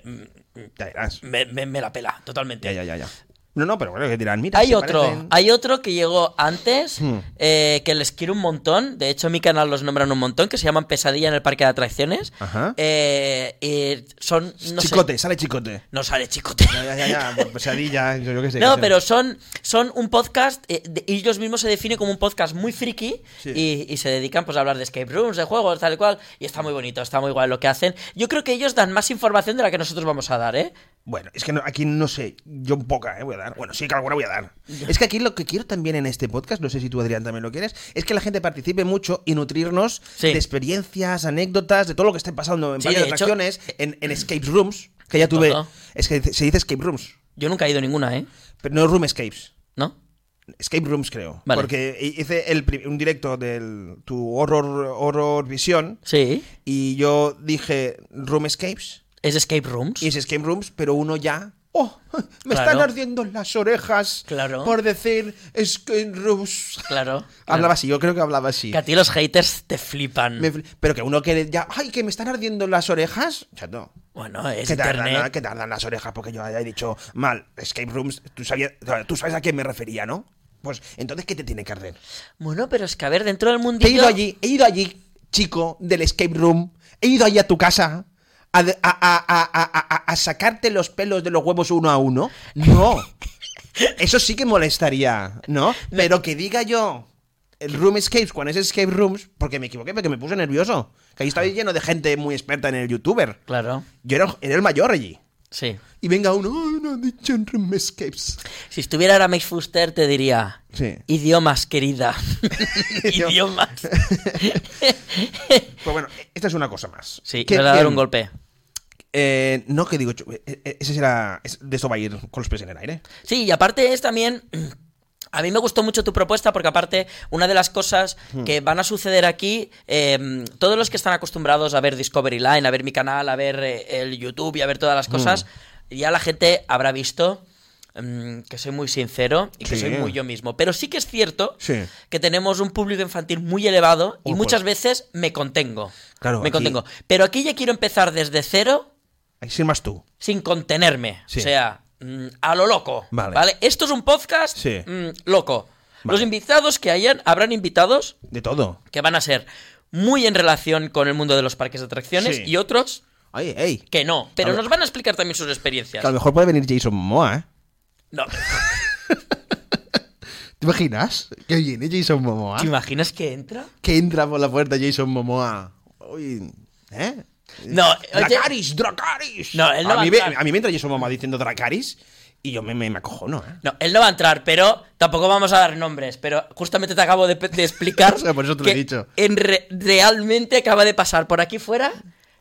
Speaker 2: Ya verás.
Speaker 3: me- me- me la pela, totalmente.
Speaker 2: Ya, ya, ya, ya. No, no, pero bueno, que dirán, mira,
Speaker 3: hay
Speaker 2: se
Speaker 3: otro,
Speaker 2: parecen.
Speaker 3: hay otro que llegó antes,
Speaker 2: Hmm.
Speaker 3: eh, que les quiero un montón. De hecho, en mi canal los nombran un montón, que se llaman Pesadilla en el Parque de Atracciones.
Speaker 2: Ajá.
Speaker 3: Eh, y son. No sé-
Speaker 2: chicote, sale chicote.
Speaker 3: no sale chicote.
Speaker 2: Ya, ya, ya, por pesadilla, *laughs* yo, yo qué sé. qué
Speaker 3: No,
Speaker 2: sé.
Speaker 3: pero son, son un podcast, eh, de- ellos mismos se definen como un podcast muy friki
Speaker 2: Sí.
Speaker 3: y, y se dedican pues a hablar de escape rooms, de juegos, tal y cual, y está muy bonito, está muy guay lo que hacen. Yo creo que ellos dan más información de la que nosotros vamos a dar, ¿eh?
Speaker 2: Bueno, es que no- aquí no sé, yo poca, ¿eh? Voy a dar. Bueno, sí que alguna voy a
Speaker 3: *laughs*
Speaker 2: dar. Es que aquí lo que quiero también en este podcast, no sé si tú, Adrián, también lo quieres, es que la gente participe mucho y nutrirnos
Speaker 3: Sí.
Speaker 2: de experiencias, anécdotas, de todo lo que esté pasando en
Speaker 3: Sí,
Speaker 2: varias
Speaker 3: de hecho- eh,
Speaker 2: atracciones, en, en escape rooms, que ya tuve.
Speaker 3: Todo.
Speaker 2: Es que se dice escape rooms,
Speaker 3: Yo nunca he ido a ninguna, ¿eh?
Speaker 2: pero no room escapes.
Speaker 3: ¿No?
Speaker 2: Escape Rooms, creo.
Speaker 3: Vale.
Speaker 2: Porque hice el pri- un directo del tu horror, horror visión
Speaker 3: Sí.
Speaker 2: y yo dije Room Escapes
Speaker 3: ¿Es escape rooms?
Speaker 2: y es Escape Rooms, pero uno ya. ¡Oh! *laughs* Me
Speaker 3: Claro.
Speaker 2: están ardiendo las orejas
Speaker 3: Claro.
Speaker 2: por decir Escape Rooms.
Speaker 3: Claro.
Speaker 2: *laughs*
Speaker 3: claro.
Speaker 2: Hablaba así, yo creo que hablaba así.
Speaker 3: Que a ti los haters te flipan.
Speaker 2: Me fl- pero que uno que ya. ¡Ay, que me están ardiendo las orejas! Chato.
Speaker 3: Bueno, es
Speaker 2: Que tardan,
Speaker 3: internet.
Speaker 2: que tardan las orejas porque yo haya dicho mal, escape rooms, tú, sabías, tú sabes a quién me refería, ¿no? Pues entonces, ¿qué te tiene que arder?
Speaker 3: Bueno, pero es que a ver, dentro del
Speaker 2: He
Speaker 3: mundillo...
Speaker 2: ido allí, he ido allí, chico, del escape room. He ido allí a tu casa a, de- a- a- a- a- a- a- a sacarte los pelos de los huevos uno a uno. *laughs* No. Eso sí que molestaría, ¿no? Pero que diga yo el room escapes cuando es escape rooms, porque me equivoqué, porque me puse nervioso. Que ahí estaba lleno de gente muy experta en el youtuber.
Speaker 3: Claro,
Speaker 2: Yo era, era el mayor allí.
Speaker 3: sí.
Speaker 2: Y venga uno, "Ay, no han dicho en room escapes.
Speaker 3: Si estuviera ahora Max Fuster te diría...
Speaker 2: Sí.
Speaker 3: Idiomas, querida. *laughs*
Speaker 2: *laughs*
Speaker 3: Idiomas.
Speaker 2: Pues bueno, esta es una cosa más.
Speaker 3: Sí,
Speaker 2: Que-
Speaker 3: le voy a dar
Speaker 2: que-
Speaker 3: un golpe.
Speaker 2: Eh, no, que digo, yo, eh, eh, ese será. es- De eso va a ir con los pies en el aire.
Speaker 3: Sí, y aparte es también. *clears throat* A mí me gustó mucho tu propuesta porque aparte una de las cosas
Speaker 2: Hmm.
Speaker 3: que van a suceder aquí, eh, todos los que están acostumbrados a ver Discovery Line, a ver mi canal, a ver eh, el YouTube y a ver todas
Speaker 2: Hmm.
Speaker 3: las cosas, ya la gente habrá visto mm, que soy muy sincero y que
Speaker 2: Sí.
Speaker 3: soy muy yo mismo. Pero sí que es cierto
Speaker 2: Sí.
Speaker 3: que tenemos un público infantil muy elevado y
Speaker 2: Ojo.
Speaker 3: muchas veces me contengo.
Speaker 2: Claro,
Speaker 3: me
Speaker 2: aquí-
Speaker 3: contengo. Pero aquí ya quiero empezar desde cero
Speaker 2: Ahí sin más tú.
Speaker 3: sin contenerme.
Speaker 2: Sí.
Speaker 3: O sea, mm, a lo loco.
Speaker 2: Vale.
Speaker 3: Vale. Esto es un podcast
Speaker 2: Sí.
Speaker 3: mm, loco.
Speaker 2: Vale.
Speaker 3: Los invitados que hayan, habrán invitados
Speaker 2: De todo.
Speaker 3: que van a ser muy en relación con el mundo de los parques de atracciones
Speaker 2: Sí.
Speaker 3: y otros
Speaker 2: Oye, ey.
Speaker 3: que no. Pero
Speaker 2: A ver.
Speaker 3: nos van a explicar también sus experiencias.
Speaker 2: Que a lo mejor puede venir Jason Momoa, ¿eh?
Speaker 3: No.
Speaker 2: ¿Te imaginas? Que viene Jason Momoa.
Speaker 3: ¿Te imaginas que entra?
Speaker 2: Que entra por la puerta Jason Momoa. Uy, ¿Eh?
Speaker 3: No, oye-
Speaker 2: Dracaris, Dracaris.
Speaker 3: No, él no
Speaker 2: a,
Speaker 3: va
Speaker 2: mí
Speaker 3: a
Speaker 2: me,
Speaker 3: entrar.
Speaker 2: a mí me entra Jason Momoa diciendo Dracaris y yo me, me, me acojono, ¿eh?
Speaker 3: No, él no va a entrar, pero tampoco vamos a dar nombres. Pero justamente te acabo de, pe- de
Speaker 2: *laughs*
Speaker 3: explicar.
Speaker 2: O sea, por eso te lo he dicho.
Speaker 3: en re- realmente acaba de pasar por aquí fuera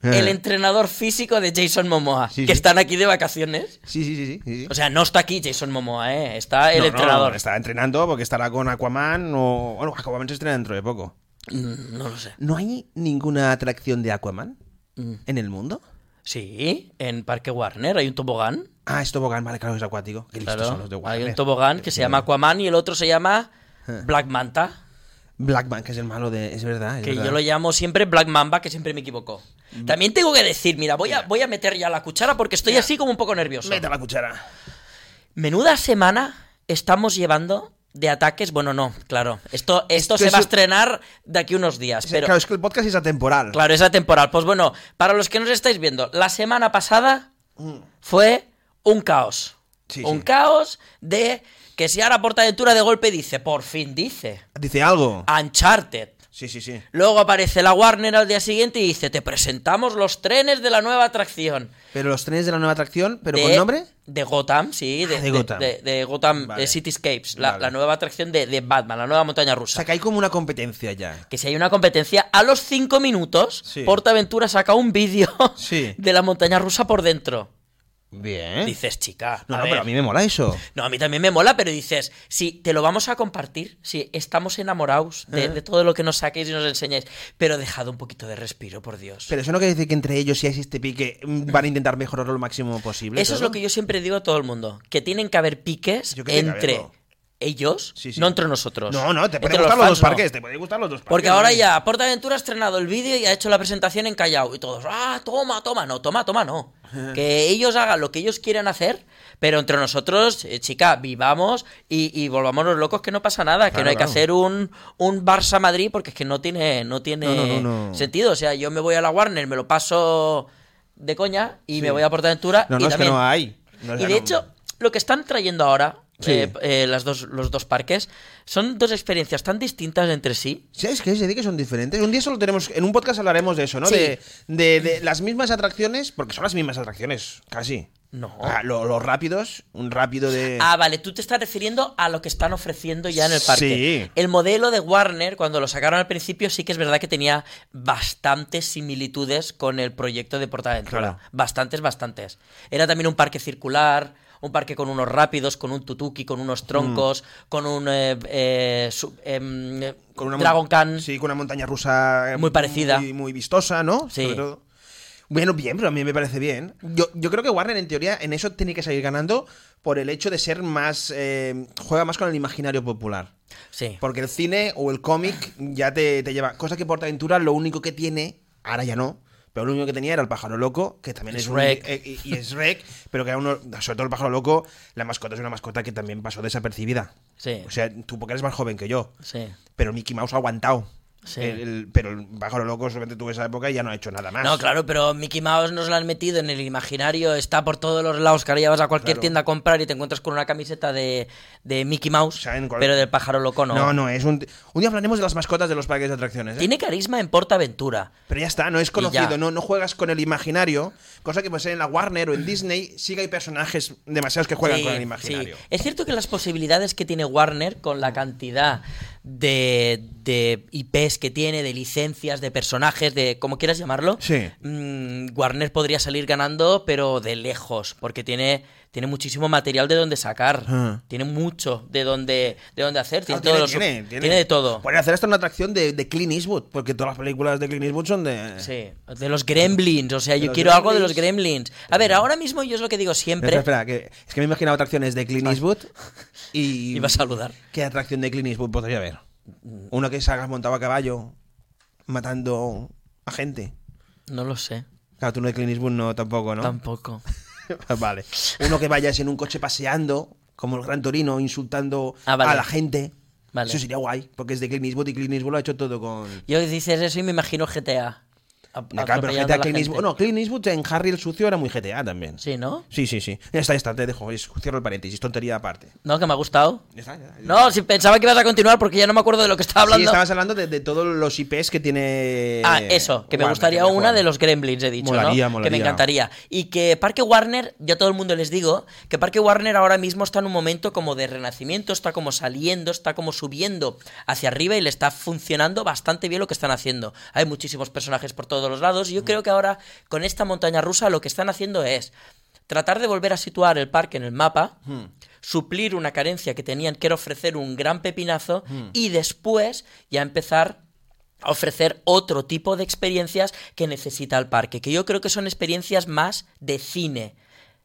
Speaker 2: Eh.
Speaker 3: el entrenador físico de Jason Momoa,
Speaker 2: Sí,
Speaker 3: que
Speaker 2: sí.
Speaker 3: están aquí de vacaciones.
Speaker 2: Sí, sí, sí. sí, sí.
Speaker 3: O sea, no está aquí Jason Momoa, ¿eh? Está el
Speaker 2: No, no,
Speaker 3: entrenador. No,
Speaker 2: está entrenando porque estará con Aquaman o. Bueno, Aquaman se estrena dentro de poco.
Speaker 3: Mm, lo sé.
Speaker 2: ¿No hay ninguna atracción de Aquaman
Speaker 3: Mm.
Speaker 2: en el mundo?
Speaker 3: Sí, en Parque Warner hay un tobogán.
Speaker 2: Ah, es tobogán, vale, claro, es acuático. Qué listos son
Speaker 3: Claro.
Speaker 2: los de
Speaker 3: Hay
Speaker 2: Warner.
Speaker 3: un tobogán que se llama Aquaman y el otro se llama
Speaker 2: Eh.
Speaker 3: Black Manta.
Speaker 2: Blackman, que es el malo de... Es verdad, es
Speaker 3: Que
Speaker 2: verdad. Mm.
Speaker 3: yo lo llamo siempre Black Mamba, que siempre me equivoco. También tengo que decir, mira, voy a, voy a meter ya la cuchara porque estoy así como un poco nervioso.
Speaker 2: Mete la cuchara.
Speaker 3: Menuda semana estamos llevando de ataques. Bueno, no, claro. Esto, esto
Speaker 2: que
Speaker 3: se va a
Speaker 2: eso-
Speaker 3: estrenar de aquí unos días. Pero
Speaker 2: Claro, es que el podcast es atemporal.
Speaker 3: Claro, es atemporal. Pues bueno, para los que nos estáis viendo, la semana pasada
Speaker 2: Mm.
Speaker 3: fue un caos.
Speaker 2: Sí,
Speaker 3: un
Speaker 2: sí.
Speaker 3: caos de que si ahora Portaventura de golpe dice, por fin dice,
Speaker 2: Dice algo.
Speaker 3: Uncharted.
Speaker 2: Sí, sí, sí.
Speaker 3: Luego aparece la Warner al día siguiente y dice, te presentamos los trenes de la nueva atracción.
Speaker 2: Pero los trenes de la nueva atracción, ¿pero
Speaker 3: de-
Speaker 2: con nombre?
Speaker 3: De Gotham, sí, de,
Speaker 2: Ah, de
Speaker 3: de-
Speaker 2: Gotham.
Speaker 3: de- de Gotham,
Speaker 2: Vale.
Speaker 3: eh, Cityscapes, la,
Speaker 2: Vale.
Speaker 3: la nueva atracción de, de Batman, la nueva montaña
Speaker 2: O
Speaker 3: rusa.
Speaker 2: sea, que hay como una competencia ya.
Speaker 3: que si hay una competencia, a los 5 minutos,
Speaker 2: Sí.
Speaker 3: Portaventura saca un vídeo
Speaker 2: Sí.
Speaker 3: *laughs* de la montaña rusa por dentro.
Speaker 2: Bien.
Speaker 3: Dices, chica.
Speaker 2: no,
Speaker 3: a
Speaker 2: no,
Speaker 3: ver.
Speaker 2: pero a mí me mola eso.
Speaker 3: No, a mí también me mola, pero dices, si te lo vamos a compartir, si estamos enamorados
Speaker 2: ¿Eh?
Speaker 3: de, de todo lo que nos saquéis y nos enseñáis, pero dejad un poquito de respiro, por Dios.
Speaker 2: Pero eso no quiere decir que entre ellos, si hay este pique, mm, van a intentar mejorarlo lo máximo posible.
Speaker 3: Eso es
Speaker 2: todo.
Speaker 3: lo que yo siempre digo a todo el mundo, que tienen que haber piques
Speaker 2: Yo creo que tiene que
Speaker 3: entre
Speaker 2: haberlo.
Speaker 3: ellos,
Speaker 2: Sí, sí.
Speaker 3: no entre nosotros.
Speaker 2: No, no, te pueden gustar
Speaker 3: Entre
Speaker 2: los,
Speaker 3: fans,
Speaker 2: dos
Speaker 3: no.
Speaker 2: parques, te pueden gustar los dos parques.
Speaker 3: Porque ahora
Speaker 2: ¿no?
Speaker 3: ya, PortAventura ha estrenado el vídeo y ha hecho la presentación
Speaker 2: *laughs*
Speaker 3: en Callao. Y todos, ah, toma, toma, no, toma, toma, no. Que ellos hagan lo que ellos quieran hacer, Pero entre nosotros, eh, chica, vivamos y, y volvamos los locos que no pasa nada, que
Speaker 2: Claro,
Speaker 3: no hay
Speaker 2: claro.
Speaker 3: que hacer un, un Barça-Madrid porque es que no tiene, no tiene
Speaker 2: No, no, no, no.
Speaker 3: sentido. O sea, yo me voy a la Warner, me lo paso de coña y me voy a Portaventura
Speaker 2: No,
Speaker 3: y
Speaker 2: no, es que
Speaker 3: también-
Speaker 2: no hay. No es
Speaker 3: y
Speaker 2: que
Speaker 3: de
Speaker 2: no-
Speaker 3: hecho, lo que están trayendo ahora,
Speaker 2: Sí.
Speaker 3: eh, eh, las dos, los dos parques, son dos experiencias tan distintas entre sí.
Speaker 2: ¿Sabes qué? Se dice que son diferentes. Un día solo tenemos. En un podcast hablaremos de eso, ¿no?
Speaker 3: Sí.
Speaker 2: De, de- de las mismas atracciones, porque son las mismas atracciones, casi.
Speaker 3: No.
Speaker 2: Ah, lo- los rápidos, un rápido de.
Speaker 3: Ah, vale, tú te estás refiriendo a lo que están ofreciendo ya en el parque.
Speaker 2: Sí.
Speaker 3: El modelo de Warner, cuando lo sacaron al principio, sí que es verdad que tenía bastantes similitudes con el proyecto de Portaventura.
Speaker 2: Claro.
Speaker 3: Bastantes, bastantes. Era también un parque circular, un parque con unos rápidos, con un tutuki, con
Speaker 2: Mm.
Speaker 3: unos troncos, con un eh, eh, su- em, eh,
Speaker 2: mon-
Speaker 3: Dragon Khan.
Speaker 2: Sí, con una montaña rusa. eh,
Speaker 3: Muy parecida.
Speaker 2: Muy, muy vistosa, ¿no?
Speaker 3: Sí.
Speaker 2: Sobre todo. Bueno, bien, pero a mí me parece bien. Yo, yo creo que Warner, en teoría, en eso tiene que salir ganando por el hecho de ser más. eh, juega más con el imaginario popular.
Speaker 3: Sí.
Speaker 2: Porque el cine o el cómic ya te, te lleva. Cosa que PortAventura lo único que tiene, ahora ya no, pero lo único que tenía era el pájaro loco, que también es un-
Speaker 3: Shrek.
Speaker 2: eh, y, y es Shrek, pero que era uno. Sobre todo el pájaro loco, la mascota es una mascota que también pasó desapercibida.
Speaker 3: Sí.
Speaker 2: O sea, tú porque eres más joven que yo.
Speaker 3: Sí.
Speaker 2: Pero Mickey Mouse ha aguantado.
Speaker 3: Sí.
Speaker 2: El- el- pero el pájaro loco solamente tuvo esa época y ya no ha hecho nada más.
Speaker 3: No, claro, pero Mickey Mouse nos lo han metido en el imaginario, está por todos los lados, que ahora ya vas a cualquier
Speaker 2: Claro.
Speaker 3: tienda a comprar y te encuentras con una camiseta de, de Mickey Mouse,
Speaker 2: sea, en cual-
Speaker 3: pero del pájaro loco no.
Speaker 2: No, no, es un. Un día hablaremos de las mascotas de los parques de atracciones. ¿eh?
Speaker 3: Tiene carisma en Portaventura.
Speaker 2: Pero ya está, no es
Speaker 3: Y ya.
Speaker 2: conocido, no, no juegas con el imaginario, cosa que pues en la Warner o en Disney sí que hay personajes demasiados que juegan
Speaker 3: Sí,
Speaker 2: con el imaginario.
Speaker 3: sí. Es cierto que las posibilidades que tiene Warner con la cantidad de, de IPs que tiene, de licencias, de personajes, de como quieras llamarlo,
Speaker 2: Sí.
Speaker 3: mm, Warner podría salir ganando, pero de lejos, porque tiene, tiene muchísimo material de donde sacar,
Speaker 2: Ah.
Speaker 3: tiene mucho de donde, de donde hacer, tiene,
Speaker 2: Ah,
Speaker 3: todo lo su- tiene de todo.
Speaker 2: Podría hacer hasta una atracción de, de Clint Eastwood, porque todas las películas de Clint Eastwood son de.
Speaker 3: Sí, de los gremlins, o sea, yo
Speaker 2: los
Speaker 3: quiero algo de los
Speaker 2: gremlins.
Speaker 3: gremlins. A ver, ahora mismo yo es lo que digo
Speaker 2: Espera,
Speaker 3: siempre.
Speaker 2: espera, que, es que me imaginaba atracciones de
Speaker 3: Ah.
Speaker 2: Clint Eastwood
Speaker 3: *laughs*
Speaker 2: y.
Speaker 3: Iba a saludar.
Speaker 2: ¿Qué atracción de Clint Eastwood podría haber? Uno que salgas montado a caballo, matando a gente.
Speaker 3: No lo sé,
Speaker 2: Claro, tú no de Clint Eastwood no tampoco, ¿no?
Speaker 3: tampoco.
Speaker 2: *laughs* vale. Uno que vayas en un coche paseando, como el Gran Torino, insultando
Speaker 3: Ah, vale.
Speaker 2: a la gente.
Speaker 3: Vale.
Speaker 2: Eso sería guay, porque es de Clint Eastwood y Clint Eastwood lo ha hecho todo con...
Speaker 3: Yo dices eso y me imagino GTA. a-
Speaker 2: No, claro, pero
Speaker 3: atropellando
Speaker 2: GTA
Speaker 3: a la
Speaker 2: Clint
Speaker 3: gente.
Speaker 2: Eastwood... No, Clint Eastwood en Harry el Sucio era muy GTA también.
Speaker 3: Sí, ¿no?
Speaker 2: sí, sí. sí. Ya está, ya está, te dejo. es- cierro el paréntesis, tontería aparte.
Speaker 3: No, que me ha gustado.
Speaker 2: Ya está, ya está.
Speaker 3: No, si pensaba que ibas a continuar porque ya no me acuerdo de lo que estaba
Speaker 2: Sí,
Speaker 3: hablando.
Speaker 2: estabas hablando de, de todos los IPs que tiene...
Speaker 3: Ah, eso, que me
Speaker 2: Eh, Warner,
Speaker 3: gustaría
Speaker 2: tiene
Speaker 3: una
Speaker 2: Warner.
Speaker 3: de los Gremlins, he dicho,
Speaker 2: Molaría,
Speaker 3: ¿no? Que me
Speaker 2: molaría.
Speaker 3: encantaría. Y que Parque Warner, yo a todo el mundo les digo, que Parque Warner ahora mismo está en un momento como de renacimiento, está como saliendo, está como subiendo hacia arriba y le está funcionando bastante bien lo que están haciendo. Hay muchísimos personajes por todos los lados y
Speaker 2: Mm.
Speaker 3: yo creo que ahora con esta montaña rusa lo que están haciendo es tratar de volver a situar el parque en el mapa,
Speaker 2: Mm.
Speaker 3: suplir una carencia que tenían, que era ofrecer un gran pepinazo
Speaker 2: Mm.
Speaker 3: y después ya empezar a ofrecer otro tipo de experiencias que necesita el parque, que yo creo que son experiencias más de cine,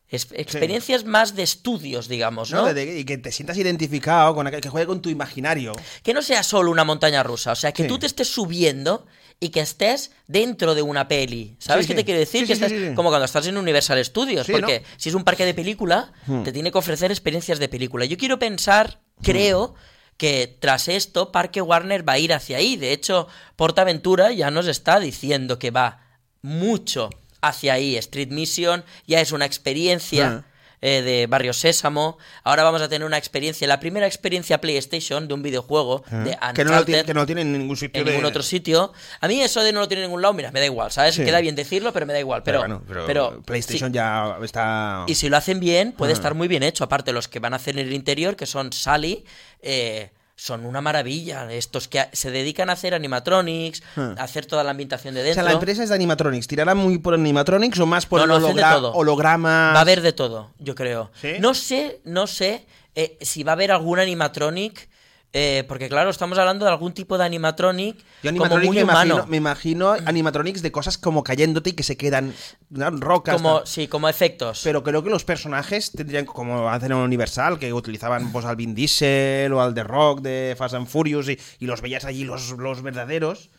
Speaker 3: es- experiencias más de estudios, digamos, ¿no?
Speaker 2: No, de- de- y que te sientas identificado, con aquel, que juegue con tu imaginario.
Speaker 3: Que no sea solo una montaña rusa, o sea, que
Speaker 2: Sí.
Speaker 3: tú te estés subiendo y que estés dentro de una peli. ¿Sabes
Speaker 2: Sí,
Speaker 3: qué
Speaker 2: sí.
Speaker 3: te quiero decir?
Speaker 2: Sí,
Speaker 3: que
Speaker 2: sí, sí,
Speaker 3: estás
Speaker 2: sí, sí.
Speaker 3: como cuando estás en Universal Studios,
Speaker 2: Sí, Hmm.
Speaker 3: porque si es un parque de película, te tiene que ofrecer experiencias de película. Yo quiero pensar, creo, que tras esto Parque Warner va a ir hacia ahí. De hecho, PortAventura ya nos está diciendo que va mucho hacia ahí. Street Mission ya es una
Speaker 2: Hmm.
Speaker 3: experiencia. eh, de Barrio Sésamo, ahora vamos a tener una experiencia, la primera experiencia PlayStation de un videojuego de Uncharted
Speaker 2: Hmm. Que no, lo tiene, que no lo tiene en ningún sitio
Speaker 3: en
Speaker 2: de...
Speaker 3: ningún otro sitio. A mí eso de no lo tiene en ningún lado, mira, me da igual, ¿sabes?
Speaker 2: Sí.
Speaker 3: Queda bien decirlo, pero me da igual. Pero,
Speaker 2: bueno, pero,
Speaker 3: pero
Speaker 2: PlayStation Ah. ya
Speaker 3: sí.
Speaker 2: está.
Speaker 3: Y si lo hacen bien, puede estar muy bien hecho. Aparte, los que van a hacer en el interior, que son Sally, eh, son una maravilla. Estos que a- se dedican a hacer animatronics, a hacer toda la ambientación
Speaker 2: Ah.
Speaker 3: de
Speaker 2: o
Speaker 3: dentro.
Speaker 2: sea, la empresa es de animatronics. ¿Tirará muy por animatronics o más por
Speaker 3: No,
Speaker 2: el
Speaker 3: no, hacen de
Speaker 2: hologra-
Speaker 3: todo.
Speaker 2: holograma?
Speaker 3: Va a haber de todo, yo creo.
Speaker 2: ¿Sí?
Speaker 3: No sé, no sé eh, si va a haber algún animatronic. eh, porque claro, estamos hablando de algún tipo de animatronic,
Speaker 2: Yo
Speaker 3: como
Speaker 2: animatronics
Speaker 3: muy
Speaker 2: me,
Speaker 3: humano.
Speaker 2: imagino, me imagino animatronics de cosas como cayéndote y que se quedan ¿no? rocas.
Speaker 3: como,
Speaker 2: tal.
Speaker 3: sí, como efectos.
Speaker 2: Pero creo que los personajes tendrían, como hacen en Universal, que utilizaban pues, al Vin Diesel o al The Rock de Fast and Furious y, y los veías allí los, los verdaderos.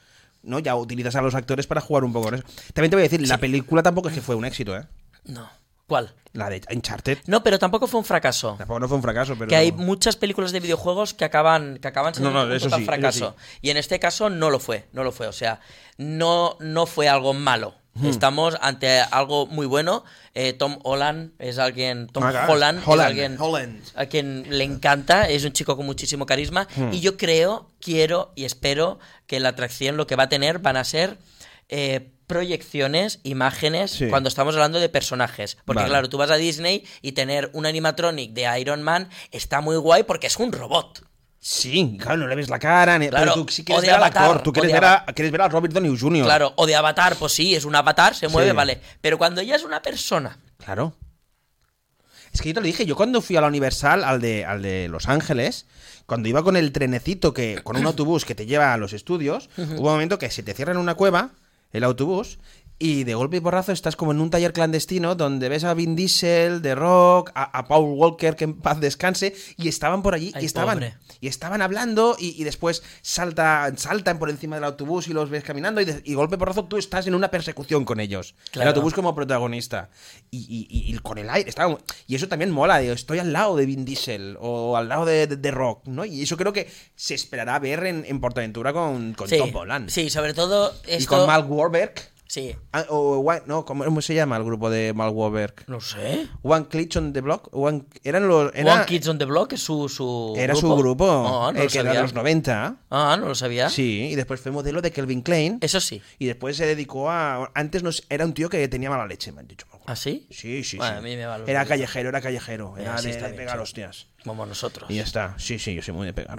Speaker 2: ¿no? Ya utilizas a los actores para jugar un poco con eso. También te voy a decir, la película tampoco es que fue un éxito, ¿eh?
Speaker 3: No. ¿Cuál?
Speaker 2: La de Uncharted.
Speaker 3: No, pero tampoco fue un fracaso.
Speaker 2: Tampoco no fue un fracaso, pero.
Speaker 3: Que hay muchas películas de videojuegos que acaban, que acaban siendo
Speaker 2: No, no,
Speaker 3: un
Speaker 2: eso
Speaker 3: total
Speaker 2: sí, eso
Speaker 3: fracaso. Y en este caso no lo fue, no lo fue. O sea, no, no fue algo malo.
Speaker 2: Hmm.
Speaker 3: Estamos ante algo muy bueno. Eh, Tom Holland es alguien. Tom
Speaker 2: Ah,
Speaker 3: Holland, es
Speaker 2: Holland,
Speaker 3: alguien
Speaker 4: Holland.
Speaker 3: a quien le encanta. Es un chico con muchísimo carisma.
Speaker 2: Hmm.
Speaker 3: Y yo creo, quiero y espero que la atracción lo que va a tener van a ser. eh, proyecciones, imágenes,
Speaker 2: Sí.
Speaker 3: cuando estamos hablando de personajes. Porque
Speaker 2: Vale.
Speaker 3: claro, tú vas a Disney y tener un animatronic de Iron Man está muy guay porque es un robot.
Speaker 2: Sí, claro, no le ves la cara, ni-
Speaker 3: Claro,
Speaker 2: pero tú sí
Speaker 3: o
Speaker 2: quieres
Speaker 3: de
Speaker 2: ver al
Speaker 3: Avatar,
Speaker 2: actor, tú
Speaker 3: o
Speaker 2: quieres
Speaker 3: de
Speaker 2: ver, a, quieres ver a Robert Downey Jr.
Speaker 3: Claro, o de avatar, pues sí, es un avatar, se mueve,
Speaker 2: Sí.
Speaker 3: vale. Pero cuando ya es una persona,
Speaker 2: Claro. Es que yo te lo dije, yo cuando fui a la Universal, al de, al de Los Ángeles, cuando iba con el trenecito, que con un autobús que te lleva a los estudios, hubo un momento que se te cierra en una cueva el autobús y de golpe y porrazo estás como en un taller clandestino donde ves a Vin Diesel, The Rock, a, a Paul Walker, que en paz descanse, y estaban por allí
Speaker 3: Ay,
Speaker 2: y estaban...
Speaker 3: pobre.
Speaker 2: Y estaban hablando y, y después salta, saltan por encima del autobús y los ves caminando y, de- y golpe porrazo tú estás en una persecución con ellos.
Speaker 3: Claro.
Speaker 2: El autobús como protagonista. Y, y- y- y con el aire. estaba- y eso también mola. digo, estoy al lado de Vin Diesel o al lado de, de- de Rock, ¿no? Y eso creo que se esperará ver en, en Portaventura con, con
Speaker 3: sí,
Speaker 2: Tom Holland.
Speaker 3: sí, sobre todo esto,
Speaker 2: Y con Mark Warburg.
Speaker 3: sí,
Speaker 2: Ah, O, Wa- no, ¿cómo, cómo se llama el grupo de Mark Warburg?
Speaker 3: no sé,
Speaker 2: One Click on the Block. One- eran los, era
Speaker 3: One Kids on the Block es su, su
Speaker 2: era su grupo.
Speaker 3: Ah, no
Speaker 2: eh,
Speaker 3: lo
Speaker 2: que era
Speaker 3: sabía.
Speaker 2: de los 90.
Speaker 3: Ah, no lo sabía.
Speaker 2: Sí, y después fue modelo de Kelvin Klein.
Speaker 3: Eso sí.
Speaker 2: Y después se dedicó a. Antes no sé, era un tío que tenía mala leche, me han dicho. me acuerdo.
Speaker 3: ¿Ah, sí?
Speaker 2: Sí, sí,
Speaker 3: Bueno,
Speaker 2: sí.
Speaker 3: a mí me va los
Speaker 2: Era
Speaker 3: rollos.
Speaker 2: callejero, era callejero.
Speaker 3: Eh,
Speaker 2: Era
Speaker 3: sí,
Speaker 2: de,
Speaker 3: está
Speaker 2: de
Speaker 3: bien,
Speaker 2: pegar
Speaker 3: sí.
Speaker 2: hostias.
Speaker 3: Como nosotros.
Speaker 2: Y ya está. Sí, sí, yo soy muy de
Speaker 3: *laughs*
Speaker 2: pegar.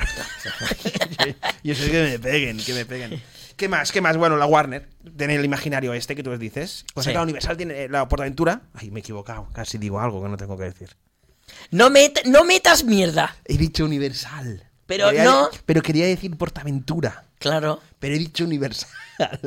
Speaker 2: *laughs* y eso es que me peguen, que me peguen. ¿Qué más? ¿Qué más? Bueno, la Warner. Tiene el imaginario este que tú les dices. Pues
Speaker 3: Sí.
Speaker 2: acá Universal tiene eh, la Portaventura. Ay, me he equivocado. Casi digo algo que no tengo que decir.
Speaker 3: No, met- no metas mierda.
Speaker 2: He dicho Universal.
Speaker 3: Pero no.
Speaker 2: Pero quería decir Portaventura.
Speaker 3: Claro.
Speaker 2: Pero he dicho universal. *laughs*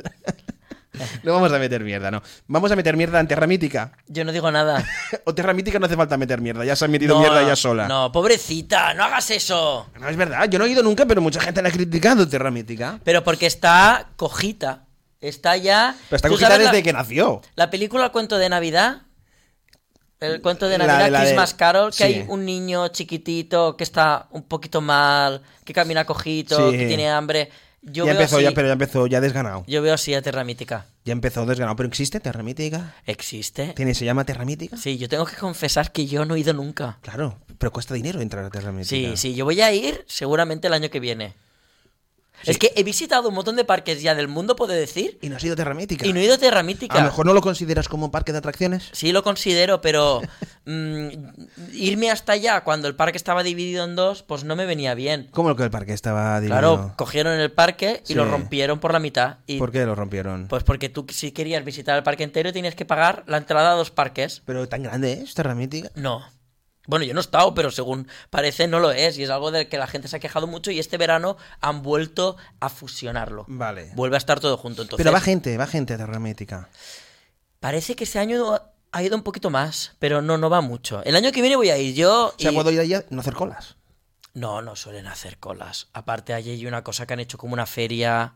Speaker 2: no vamos a meter mierda, no. Vamos a meter mierda en Terra Mítica.
Speaker 3: Yo no digo
Speaker 2: *laughs*
Speaker 3: nada.
Speaker 2: O Terra Mítica no hace falta meter mierda, ya se ha metido mierda ya sola. No.
Speaker 3: No, pobrecita, no hagas eso.
Speaker 2: es verdad, yo no he ido nunca, pero mucha gente la ha criticado Terra Mítica.
Speaker 3: Pero porque está cojita. Está ya.
Speaker 2: Pero está
Speaker 3: ¿Tú
Speaker 2: cogida
Speaker 3: sabes la-
Speaker 2: desde que nació.
Speaker 3: La película Cuento de Navidad. El cuento de
Speaker 2: Mm, La
Speaker 3: Navidad,
Speaker 2: de- la de-
Speaker 3: Christmas Carol, que
Speaker 2: sí.
Speaker 3: hay un niño chiquitito que está un poquito mal, que camina cojito,
Speaker 2: Sí.
Speaker 3: que tiene hambre. Yo
Speaker 2: ya
Speaker 3: veo
Speaker 2: empezó,
Speaker 3: así,
Speaker 2: ya, pero ya empezó, ya desganado.
Speaker 3: yo veo así a Terra Mítica.
Speaker 2: Ya empezó desganado. ¿Pero existe Terra Mítica?
Speaker 3: ¿Existe?
Speaker 2: ¿Tiene, ¿Se llama Terra Mítica?
Speaker 3: Sí, yo tengo que confesar que yo no he ido nunca.
Speaker 2: Claro, pero cuesta dinero entrar a Terra Mítica.
Speaker 3: Sí, sí, yo voy a ir seguramente el año que viene. Es que he visitado un montón de parques ya del mundo, puedo decir,
Speaker 2: Y no ha sido Terra Mítica.
Speaker 3: y no he ido a Terra
Speaker 2: a
Speaker 3: Mítica.
Speaker 2: lo mejor no lo consideras como un parque de atracciones.
Speaker 3: Sí, lo considero,
Speaker 2: *laughs*
Speaker 3: pero mm, irme hasta allá cuando el parque estaba dividido en dos, pues no me venía bien.
Speaker 2: ¿Cómo lo que el parque estaba dividido?
Speaker 3: Claro, cogieron el parque y
Speaker 2: Sí.
Speaker 3: lo rompieron por la mitad. Y,
Speaker 2: ¿Por qué lo rompieron?
Speaker 3: Pues porque tú si querías visitar el parque entero tenías que pagar la entrada a dos parques.
Speaker 2: Pero tan grande es Terra Mítica.
Speaker 3: No. Bueno, yo no he estado, pero según parece no lo es. Y es algo del que la gente se ha quejado mucho y este verano han vuelto a fusionarlo.
Speaker 2: Vale.
Speaker 3: Vuelve a estar todo junto.
Speaker 2: Mm,
Speaker 3: Entonces,
Speaker 2: Pero va gente, va gente a Terra Mítica.
Speaker 3: parece que este año ha ido un poquito más, pero no, no va mucho. El año que viene voy a ir yo.
Speaker 2: O sea,
Speaker 3: y-
Speaker 2: puedo ir allá y no hacer
Speaker 3: *laughs*
Speaker 2: colas.
Speaker 3: No, no suelen hacer colas. Aparte, allí hay una cosa que han hecho como una feria,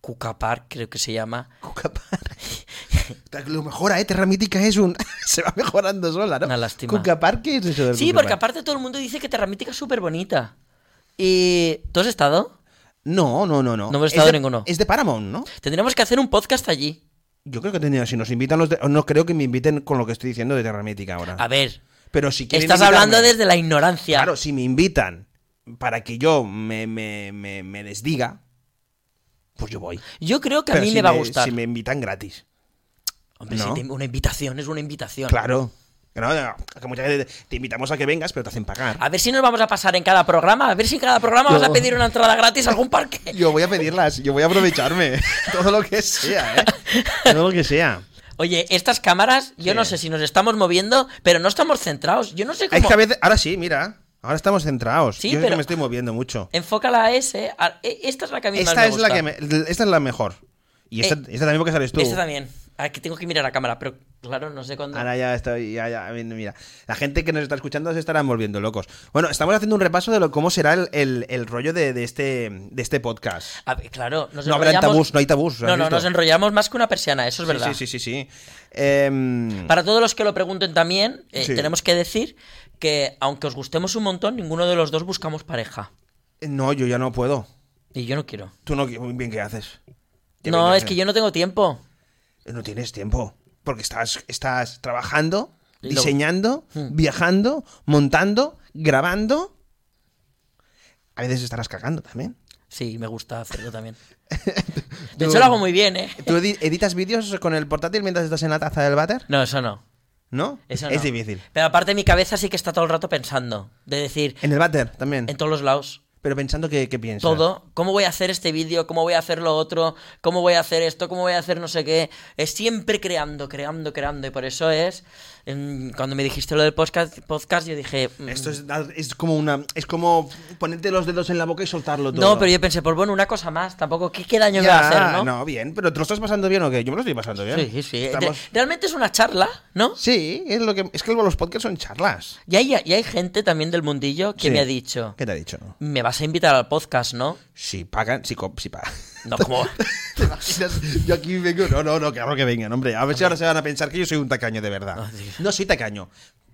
Speaker 3: Cuca Park, creo que se llama.
Speaker 2: Cuca Park. Lo mejora, ¿eh? Terra Mítica es un... *laughs* Se va mejorando sola, ¿no?
Speaker 3: Una lástima.
Speaker 2: Cuca Park, ¿qué es eso del
Speaker 3: Sí,
Speaker 2: Cuca
Speaker 3: porque
Speaker 2: Park?
Speaker 3: aparte todo el mundo dice que Terra Mítica es súper bonita. ¿Y tú has estado?
Speaker 2: No, no, no, no.
Speaker 3: No hemos
Speaker 2: Es
Speaker 3: estado
Speaker 2: de-
Speaker 3: en ninguno.
Speaker 2: Es de Paramount, ¿no?
Speaker 3: Tendríamos que hacer un podcast allí.
Speaker 2: Yo creo que tendría... Si nos invitan los... de- No creo que me inviten con lo que estoy diciendo de Terra Mítica ahora.
Speaker 3: A ver,
Speaker 2: Pero si quieren
Speaker 3: Ah, estás
Speaker 2: invitarme-
Speaker 3: hablando desde la ignorancia.
Speaker 2: Claro, si me invitan para que yo me, me, me, me desdiga, pues yo voy.
Speaker 3: Yo creo que a
Speaker 2: Pero
Speaker 3: mí
Speaker 2: si
Speaker 3: me va a gustar.
Speaker 2: Si me invitan gratis.
Speaker 3: Hombre,
Speaker 2: ¿no?
Speaker 3: si te- una invitación es una invitación.
Speaker 2: Claro. Que no, no, que muchas veces te invitamos a que vengas, pero te hacen pagar.
Speaker 3: A ver si nos vamos a pasar en cada programa. A ver si en cada programa vas a
Speaker 2: Yo-
Speaker 3: pedir una entrada gratis a algún parque.
Speaker 2: Yo voy a pedirlas, yo voy a aprovecharme. *laughs* Todo lo que sea, ¿eh? *laughs* Todo lo que sea.
Speaker 3: Oye, estas cámaras, yo
Speaker 2: Sí.
Speaker 3: no sé si nos estamos moviendo, pero no estamos centrados. Yo no sé
Speaker 2: Hay
Speaker 3: cómo.
Speaker 2: que a veces- ahora sí, mira. Ahora estamos centrados.
Speaker 3: Sí,
Speaker 2: yo es que
Speaker 3: pero-
Speaker 2: me estoy moviendo mucho.
Speaker 3: Enfoca la S. a- e- Esta es la que a mí más
Speaker 2: Esta
Speaker 3: me
Speaker 2: es, la
Speaker 3: gusta.
Speaker 2: que me- esta es la mejor. Y esta,
Speaker 3: Eh,
Speaker 2: esta también porque sales tú.
Speaker 3: Esta también. Aquí tengo que mirar la cámara, pero Claro, no sé cuándo.
Speaker 2: Ahora ya estoy, ya, ya, mira, la gente que nos está escuchando se estarán volviendo locos. Bueno, estamos haciendo un repaso de lo, cómo será el, el- el rollo de, de este, de este podcast.
Speaker 3: A ver, claro, nos
Speaker 2: No habrá
Speaker 3: enrollamos-
Speaker 2: tabús, no hay tabús. ¿has
Speaker 3: No, no,
Speaker 2: visto?
Speaker 3: nos enrollamos más que una persiana, eso es verdad.
Speaker 2: Sí, sí, sí, sí. sí. Em,
Speaker 3: Para todos los que lo pregunten también, eh,
Speaker 2: Sí.
Speaker 3: tenemos que decir que aunque os gustemos un montón, ninguno de los dos buscamos pareja.
Speaker 2: No, yo ya no puedo.
Speaker 3: Y yo no quiero.
Speaker 2: Tú no, qui- bien, ¿qué haces? Qué bien
Speaker 3: No, es
Speaker 2: haces.
Speaker 3: que yo no tengo tiempo.
Speaker 2: No tienes tiempo. Porque estás, estás trabajando,
Speaker 3: Y luego- hmm.
Speaker 2: diseñando, viajando, montando, grabando. A veces estarás cagando también.
Speaker 3: Sí, me gusta hacerlo
Speaker 2: *laughs*
Speaker 3: también.
Speaker 2: Tú-
Speaker 3: De hecho, lo hago muy bien, ¿eh?
Speaker 2: ¿Tú edi- editas vídeos con el portátil mientras estás en la taza del váter?
Speaker 3: No, eso no.
Speaker 2: ¿No?
Speaker 3: Eso
Speaker 2: es
Speaker 3: no.
Speaker 2: difícil.
Speaker 3: Pero aparte, mi cabeza sí que está todo el rato pensando. De decir,
Speaker 2: En el váter también.
Speaker 3: en todos los lados,
Speaker 2: Pero pensando que, que piensas.
Speaker 3: todo. ¿Cómo voy a hacer este vídeo? ¿Cómo voy a hacer lo otro? ¿Cómo voy a hacer esto? ¿Cómo voy a hacer no sé qué? Es siempre creando, creando, creando. Y por eso es. mm, Cuando me dijiste lo del podcast, podcast yo dije. mm,
Speaker 2: Esto es, es como una. Es como ponerte los dedos en la boca y soltarlo todo.
Speaker 3: No, pero yo pensé, pues bueno, una cosa más, tampoco, ¿qué, qué daño me
Speaker 2: Ya,
Speaker 3: va a hacer, no?
Speaker 2: bien, pero ¿te lo estás pasando bien o qué? Yo me lo estoy pasando bien.
Speaker 3: Sí, sí, sí.
Speaker 2: Estamos-
Speaker 3: Re- Realmente es una charla, ¿no?
Speaker 2: Sí, es lo que es que los podcasts son charlas.
Speaker 3: Y hay, y hay gente también del mundillo que
Speaker 2: Sí.
Speaker 3: me ha dicho,
Speaker 2: ¿Qué te ha dicho?
Speaker 3: me vas a invitar al podcast, ¿no?
Speaker 2: Si pagan, si, co- si pagan. *laughs*
Speaker 3: No, como...
Speaker 2: ¿Te imaginas? Yo aquí vengo. No, no, no, claro que vengan, hombre. A ver si ahora se van a pensar que yo soy un tacaño de verdad.
Speaker 3: Oh,
Speaker 2: No soy tacaño.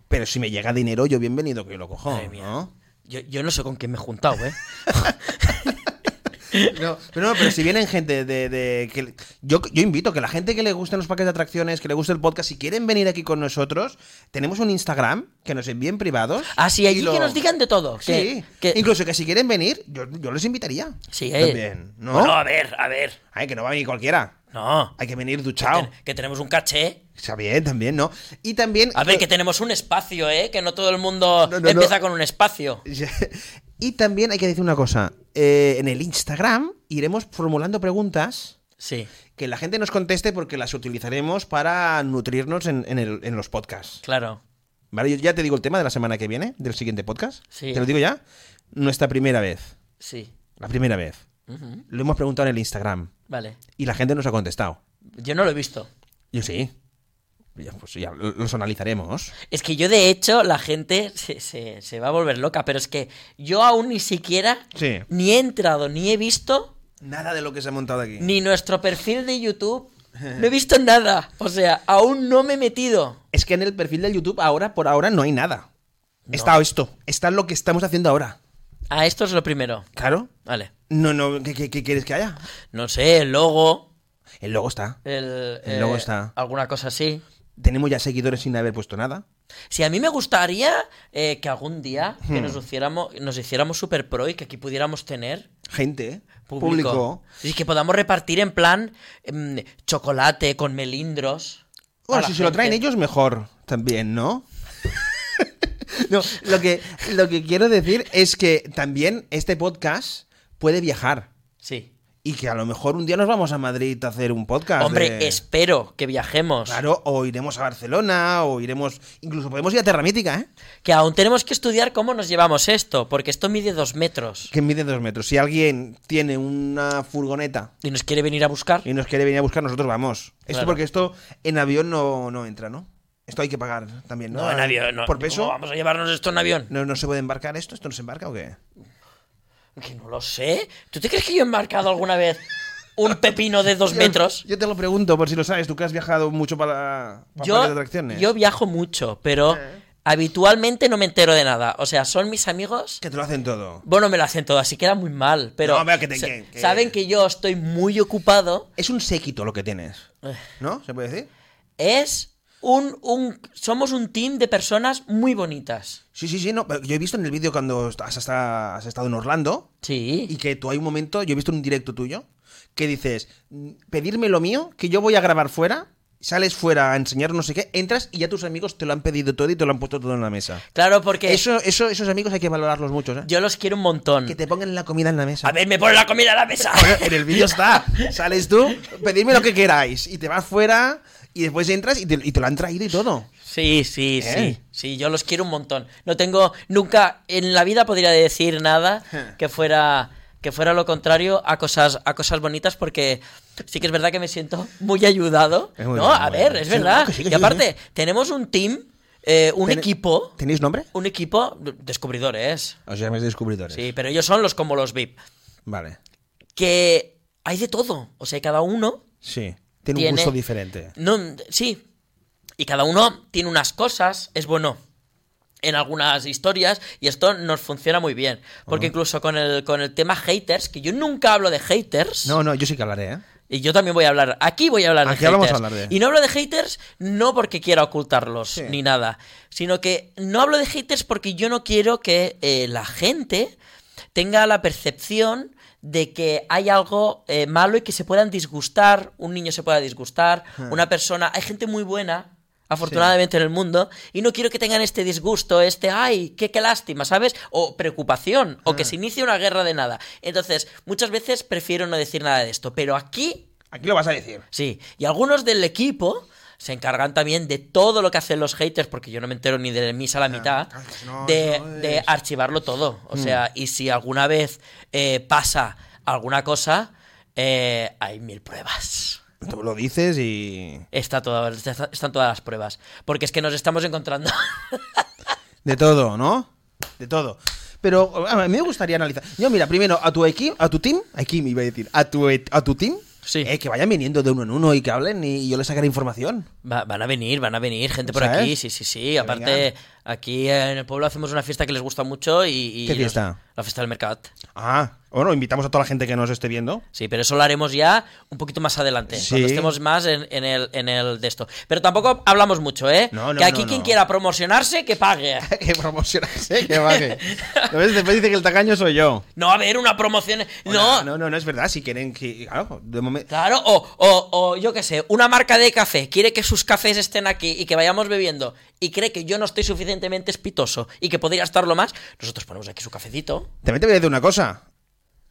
Speaker 2: Pero si me llega dinero, yo bienvenido que yo lo cojo.
Speaker 3: Madre mía.
Speaker 2: ¿no?
Speaker 3: Yo, yo no sé con quién me he juntado, ¿eh?
Speaker 2: No, pero no, pero si vienen gente de. de- que, yo, yo invito que la gente que le gusten los paquetes de atracciones, que le guste el podcast, si quieren venir aquí con nosotros, tenemos un Instagram que nos envíen privados.
Speaker 3: Ah, sí, allí
Speaker 2: Y lo-
Speaker 3: que nos digan de todo.
Speaker 2: Sí,
Speaker 3: que- que-
Speaker 2: incluso que si quieren venir, yo, yo les invitaría.
Speaker 3: Sí, eh.
Speaker 2: También, ¿no?
Speaker 3: Bueno, a ver, a ver.
Speaker 2: Ay, que no va a venir cualquiera.
Speaker 3: No.
Speaker 2: Hay que venir duchado.
Speaker 3: Que, que tenemos un caché.
Speaker 2: Está bien, también, ¿no? Y también.
Speaker 3: A ver, que tenemos un espacio, ¿eh? Que no todo el mundo
Speaker 2: Eh, No, no,
Speaker 3: empieza
Speaker 2: no.
Speaker 3: con un espacio.
Speaker 2: *laughs* Y también hay que decir una cosa. Eh, en el Instagram iremos formulando preguntas
Speaker 3: Sí,
Speaker 2: que la gente nos conteste porque las utilizaremos para nutrirnos en, en el- en los podcasts.
Speaker 3: claro.
Speaker 2: ¿Vale? Yo ya te digo el tema de la semana que viene, del siguiente podcast.
Speaker 3: Sí.
Speaker 2: Te lo digo ya. Nuestra primera vez.
Speaker 3: Sí.
Speaker 2: La primera vez.
Speaker 3: Ujú.
Speaker 2: Lo hemos preguntado en el Instagram.
Speaker 3: Vale.
Speaker 2: Y la gente nos ha contestado.
Speaker 3: Yo no lo he visto.
Speaker 2: Yo sí. Ya, pues ya lo- los analizaremos.
Speaker 3: Es que yo, de hecho, la gente se, se- se va a volver loca, pero es que yo aún ni siquiera
Speaker 2: Sí.
Speaker 3: ni he entrado, ni he visto,
Speaker 2: Nada de lo que se ha montado aquí.
Speaker 3: ni nuestro perfil de YouTube, no
Speaker 2: *laughs*
Speaker 3: he visto nada. O sea, aún no me he metido.
Speaker 2: Es que en el perfil del YouTube ahora, por ahora, no hay nada. Está esto. Está lo que estamos haciendo ahora.
Speaker 3: Ah, esto es lo primero.
Speaker 2: Claro.
Speaker 3: Vale.
Speaker 2: No, no, ¿qué, qué- qué quieres que haya?
Speaker 3: No sé, el logo,
Speaker 2: El logo está.
Speaker 3: el... eh,
Speaker 2: El logo está.
Speaker 3: Alguna cosa así.
Speaker 2: Tenemos ya seguidores sin haber puesto nada.
Speaker 3: Si a mí me gustaría eh, que algún día que
Speaker 2: Hmm.
Speaker 3: nos hiciéramos, nos hiciéramos super pro y que aquí pudiéramos tener
Speaker 2: Gente, ¿eh?
Speaker 3: público. Y que podamos repartir en plan em, chocolate con melindros. a
Speaker 2: Bueno,
Speaker 3: la
Speaker 2: si se lo traen
Speaker 3: gente.
Speaker 2: ellos, mejor también,
Speaker 3: *laughs*
Speaker 2: ¿no? no, lo que, lo que quiero decir es que también este podcast puede viajar.
Speaker 3: Sí.
Speaker 2: Y que a lo mejor un día nos vamos a Madrid a hacer un podcast.
Speaker 3: Hombre,
Speaker 2: Ah, de-
Speaker 3: espero que viajemos.
Speaker 2: Claro, o iremos a Barcelona, o iremos. Incluso podemos ir a Terra Mítica, ¿eh?
Speaker 3: Que aún tenemos que estudiar cómo nos llevamos esto, porque esto mide dos metros.
Speaker 2: Que mide dos metros. Si alguien tiene una furgoneta
Speaker 3: Y nos quiere venir a buscar.
Speaker 2: y nos quiere venir a buscar, nosotros vamos. Esto
Speaker 3: Claro.
Speaker 2: porque esto en avión no, no entra, ¿no? Esto hay que pagar también, ¿no?
Speaker 3: No, en avión, no.
Speaker 2: Por
Speaker 3: ¿Cómo
Speaker 2: peso.
Speaker 3: vamos a llevarnos esto en avión?
Speaker 2: ¿No, no se puede embarcar esto? ¿Esto no se embarca o qué?
Speaker 3: Que no lo sé. ¿Tú te crees que yo he marcado alguna vez un pepino de dos metros?
Speaker 2: *laughs* Yo te lo pregunto por si lo sabes, tú que has viajado mucho para, para
Speaker 3: Yo,
Speaker 2: parques de atracciones.
Speaker 3: yo viajo mucho, pero habitualmente no me entero de nada. O sea, son mis amigos.
Speaker 2: Que te lo hacen todo.
Speaker 3: Bueno, me lo hacen todo, así queda muy mal. Pero
Speaker 2: No, hombre, que te-
Speaker 3: sa-
Speaker 2: que- que-
Speaker 3: saben que yo estoy muy ocupado.
Speaker 2: Es un séquito lo que tienes.
Speaker 3: Eh.
Speaker 2: ¿No? ¿Se puede decir?
Speaker 3: Es un, un. Somos un team de personas muy bonitas.
Speaker 2: Sí, sí, sí, no. pero Yo he visto en el vídeo cuando has, hasta- has estado en Orlando y
Speaker 3: Sí.
Speaker 2: que tú hay un momento, yo he visto un directo tuyo, que dices, "Mm, pedirme lo mío, que yo voy a grabar fuera, sales fuera a enseñar no sé qué, entras y ya tus amigos te lo han pedido todo y te lo han puesto todo en la mesa.
Speaker 3: Claro, porque
Speaker 2: Eso, eso, esos amigos hay que valorarlos muchos, ¿eh?
Speaker 3: yo los quiero un montón.
Speaker 2: Que te pongan la comida en la mesa.
Speaker 3: A ver, me pone la comida *laughs* a la mesa.
Speaker 2: Ah, En el vídeo está. *laughs* Sales tú, pedidme lo que queráis. Y te vas fuera y después entras y te, y te lo han traído y todo.
Speaker 3: Sí, sí,
Speaker 2: ¿Eh?
Speaker 3: sí. Sí, yo los quiero un montón. No tengo. Nunca en la vida podría decir nada que fuera. que fuera lo contrario a cosas, a cosas bonitas, porque sí que es verdad que me siento muy ayudado.
Speaker 2: Es muy
Speaker 3: no,
Speaker 2: bien,
Speaker 3: a
Speaker 2: muy
Speaker 3: ver,
Speaker 2: bien.
Speaker 3: es
Speaker 2: Sí,
Speaker 3: verdad.
Speaker 2: no, que *laughs* sí, que
Speaker 3: y
Speaker 2: sí,
Speaker 3: aparte, tenemos un team, eh, un
Speaker 2: Ten-
Speaker 3: equipo,
Speaker 2: ¿Tenéis nombre?
Speaker 3: un equipo, descubridores,
Speaker 2: Os llamáis descubridores.
Speaker 3: sí, pero ellos son los como los VIP,
Speaker 2: Vale.
Speaker 3: que hay de todo, o sea, cada uno
Speaker 2: Sí. Tiene,
Speaker 3: Tiene-
Speaker 2: un gusto diferente.
Speaker 3: No, sí. Y cada uno tiene unas cosas, es bueno en algunas historias y esto nos funciona muy bien. Porque incluso con el, con el tema haters, que yo nunca hablo de haters,
Speaker 2: No, no, yo sí que hablaré, ¿eh?
Speaker 3: y yo también voy a hablar, aquí voy a hablar
Speaker 2: Aquí
Speaker 3: de haters.
Speaker 2: vamos a hablar de-
Speaker 3: Y no hablo de haters no porque quiera ocultarlos
Speaker 2: Sí.
Speaker 3: ni nada, sino que no hablo de haters porque yo no quiero que eh, la gente tenga la percepción de que hay algo eh, malo y que se puedan disgustar, un niño se pueda disgustar, una persona, hay gente muy buena. Afortunadamente en el mundo, y no quiero que tengan este disgusto, este ay, qué, qué lástima, ¿sabes? O preocupación, o que se inicie una guerra de nada. Entonces, muchas veces prefiero no decir nada de esto, pero aquí
Speaker 2: Aquí lo vas a decir.
Speaker 3: Sí, y algunos del equipo se encargan también de todo lo que hacen los haters, porque yo no me entero ni de misa a la mitad,
Speaker 2: ah, no,
Speaker 3: de,
Speaker 2: eso no
Speaker 3: de
Speaker 2: es.
Speaker 3: archivarlo todo.
Speaker 2: Hmm.
Speaker 3: O sea, y si alguna vez eh, pasa alguna cosa, eh, hay mil pruebas.
Speaker 2: Tú lo dices y.
Speaker 3: Está todo- está- están todas las pruebas. Porque es que nos estamos encontrando. *laughs*
Speaker 2: De todo, ¿no? De todo. Pero a mí me gustaría analizar. Yo, mira, primero a tu equipo, a tu team, a me iba a decir, a tu, et- a tu team,
Speaker 3: Sí.
Speaker 2: eh, que vayan viniendo de uno en uno y que hablen y yo les sacaré información.
Speaker 3: Va- van a venir, van a venir gente por
Speaker 2: ¿Sabes?
Speaker 3: aquí, sí, sí, sí. Aparte,
Speaker 2: vengan.
Speaker 3: aquí en el pueblo hacemos una fiesta que les gusta mucho y... y
Speaker 2: ¿Qué
Speaker 3: nos-
Speaker 2: fiesta?
Speaker 3: la fiesta del mercado.
Speaker 2: Ah, bueno, invitamos a toda la gente que nos esté viendo.
Speaker 3: Sí, pero eso lo haremos ya un poquito más adelante,
Speaker 2: Sí.
Speaker 3: cuando estemos más en, en el, en el de esto. Pero tampoco hablamos mucho, ¿eh?
Speaker 2: No, no,
Speaker 3: que aquí
Speaker 2: no,
Speaker 3: quien
Speaker 2: no.
Speaker 3: quiera promocionarse, que pague.
Speaker 2: *laughs* que promocionarse, que *laughs* vague. ¿Lo ves? Después dice que el tacaño soy yo.
Speaker 3: No, a ver, una promoción... No,
Speaker 2: Hola, no, no, no es verdad. Si quieren que. Claro, de momento.
Speaker 3: claro, o, o- o yo qué sé, una marca de café quiere que sus cafés estén aquí y que vayamos bebiendo y cree que yo no estoy suficientemente espitoso y que podría estarlo más, nosotros ponemos aquí su cafecito.
Speaker 2: También te voy a decir una cosa.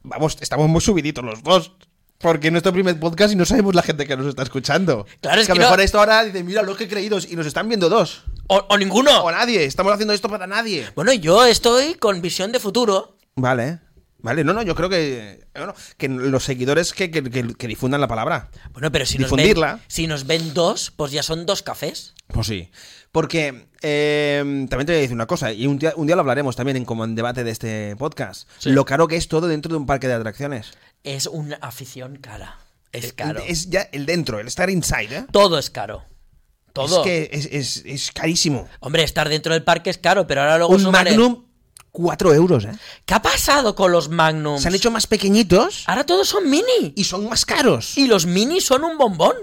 Speaker 2: Vamos, estamos muy subiditos los dos. Porque es nuestro primer podcast y no sabemos la gente que nos está escuchando.
Speaker 3: Claro, es
Speaker 2: que a
Speaker 3: que
Speaker 2: lo mejor
Speaker 3: no-
Speaker 2: esto ahora dicen, mira los que creídos y nos están viendo dos.
Speaker 3: O, o ninguno.
Speaker 2: O nadie, estamos haciendo esto para nadie.
Speaker 3: Bueno, yo estoy con visión de futuro.
Speaker 2: Vale, vale, no, no, yo creo que. bueno, que los seguidores que, que- que- que difundan la palabra.
Speaker 3: Bueno, pero si nos
Speaker 2: Difundirla.
Speaker 3: ven, si nos ven dos, pues ya son dos cafés.
Speaker 2: Pues sí. Porque eh, también te voy a decir una cosa, y un día, un día lo hablaremos también en, como en debate de este podcast.
Speaker 3: Sí.
Speaker 2: Lo caro que es todo dentro de un parque de atracciones.
Speaker 3: Es una afición cara. Es caro.
Speaker 2: El- Eh, es ya el dentro, el estar inside, ¿eh?
Speaker 3: Todo es caro. Todo.
Speaker 2: Es que es, es- es carísimo.
Speaker 3: Hombre, estar dentro del parque es caro, pero ahora luego
Speaker 2: Un
Speaker 3: súmale-
Speaker 2: Magnum, 4 euros, ¿eh?
Speaker 3: ¿Qué ha pasado con los Magnums?
Speaker 2: Se han hecho más pequeñitos
Speaker 3: Ahora todos son mini.
Speaker 2: y son más caros.
Speaker 3: Y los mini son un bombón.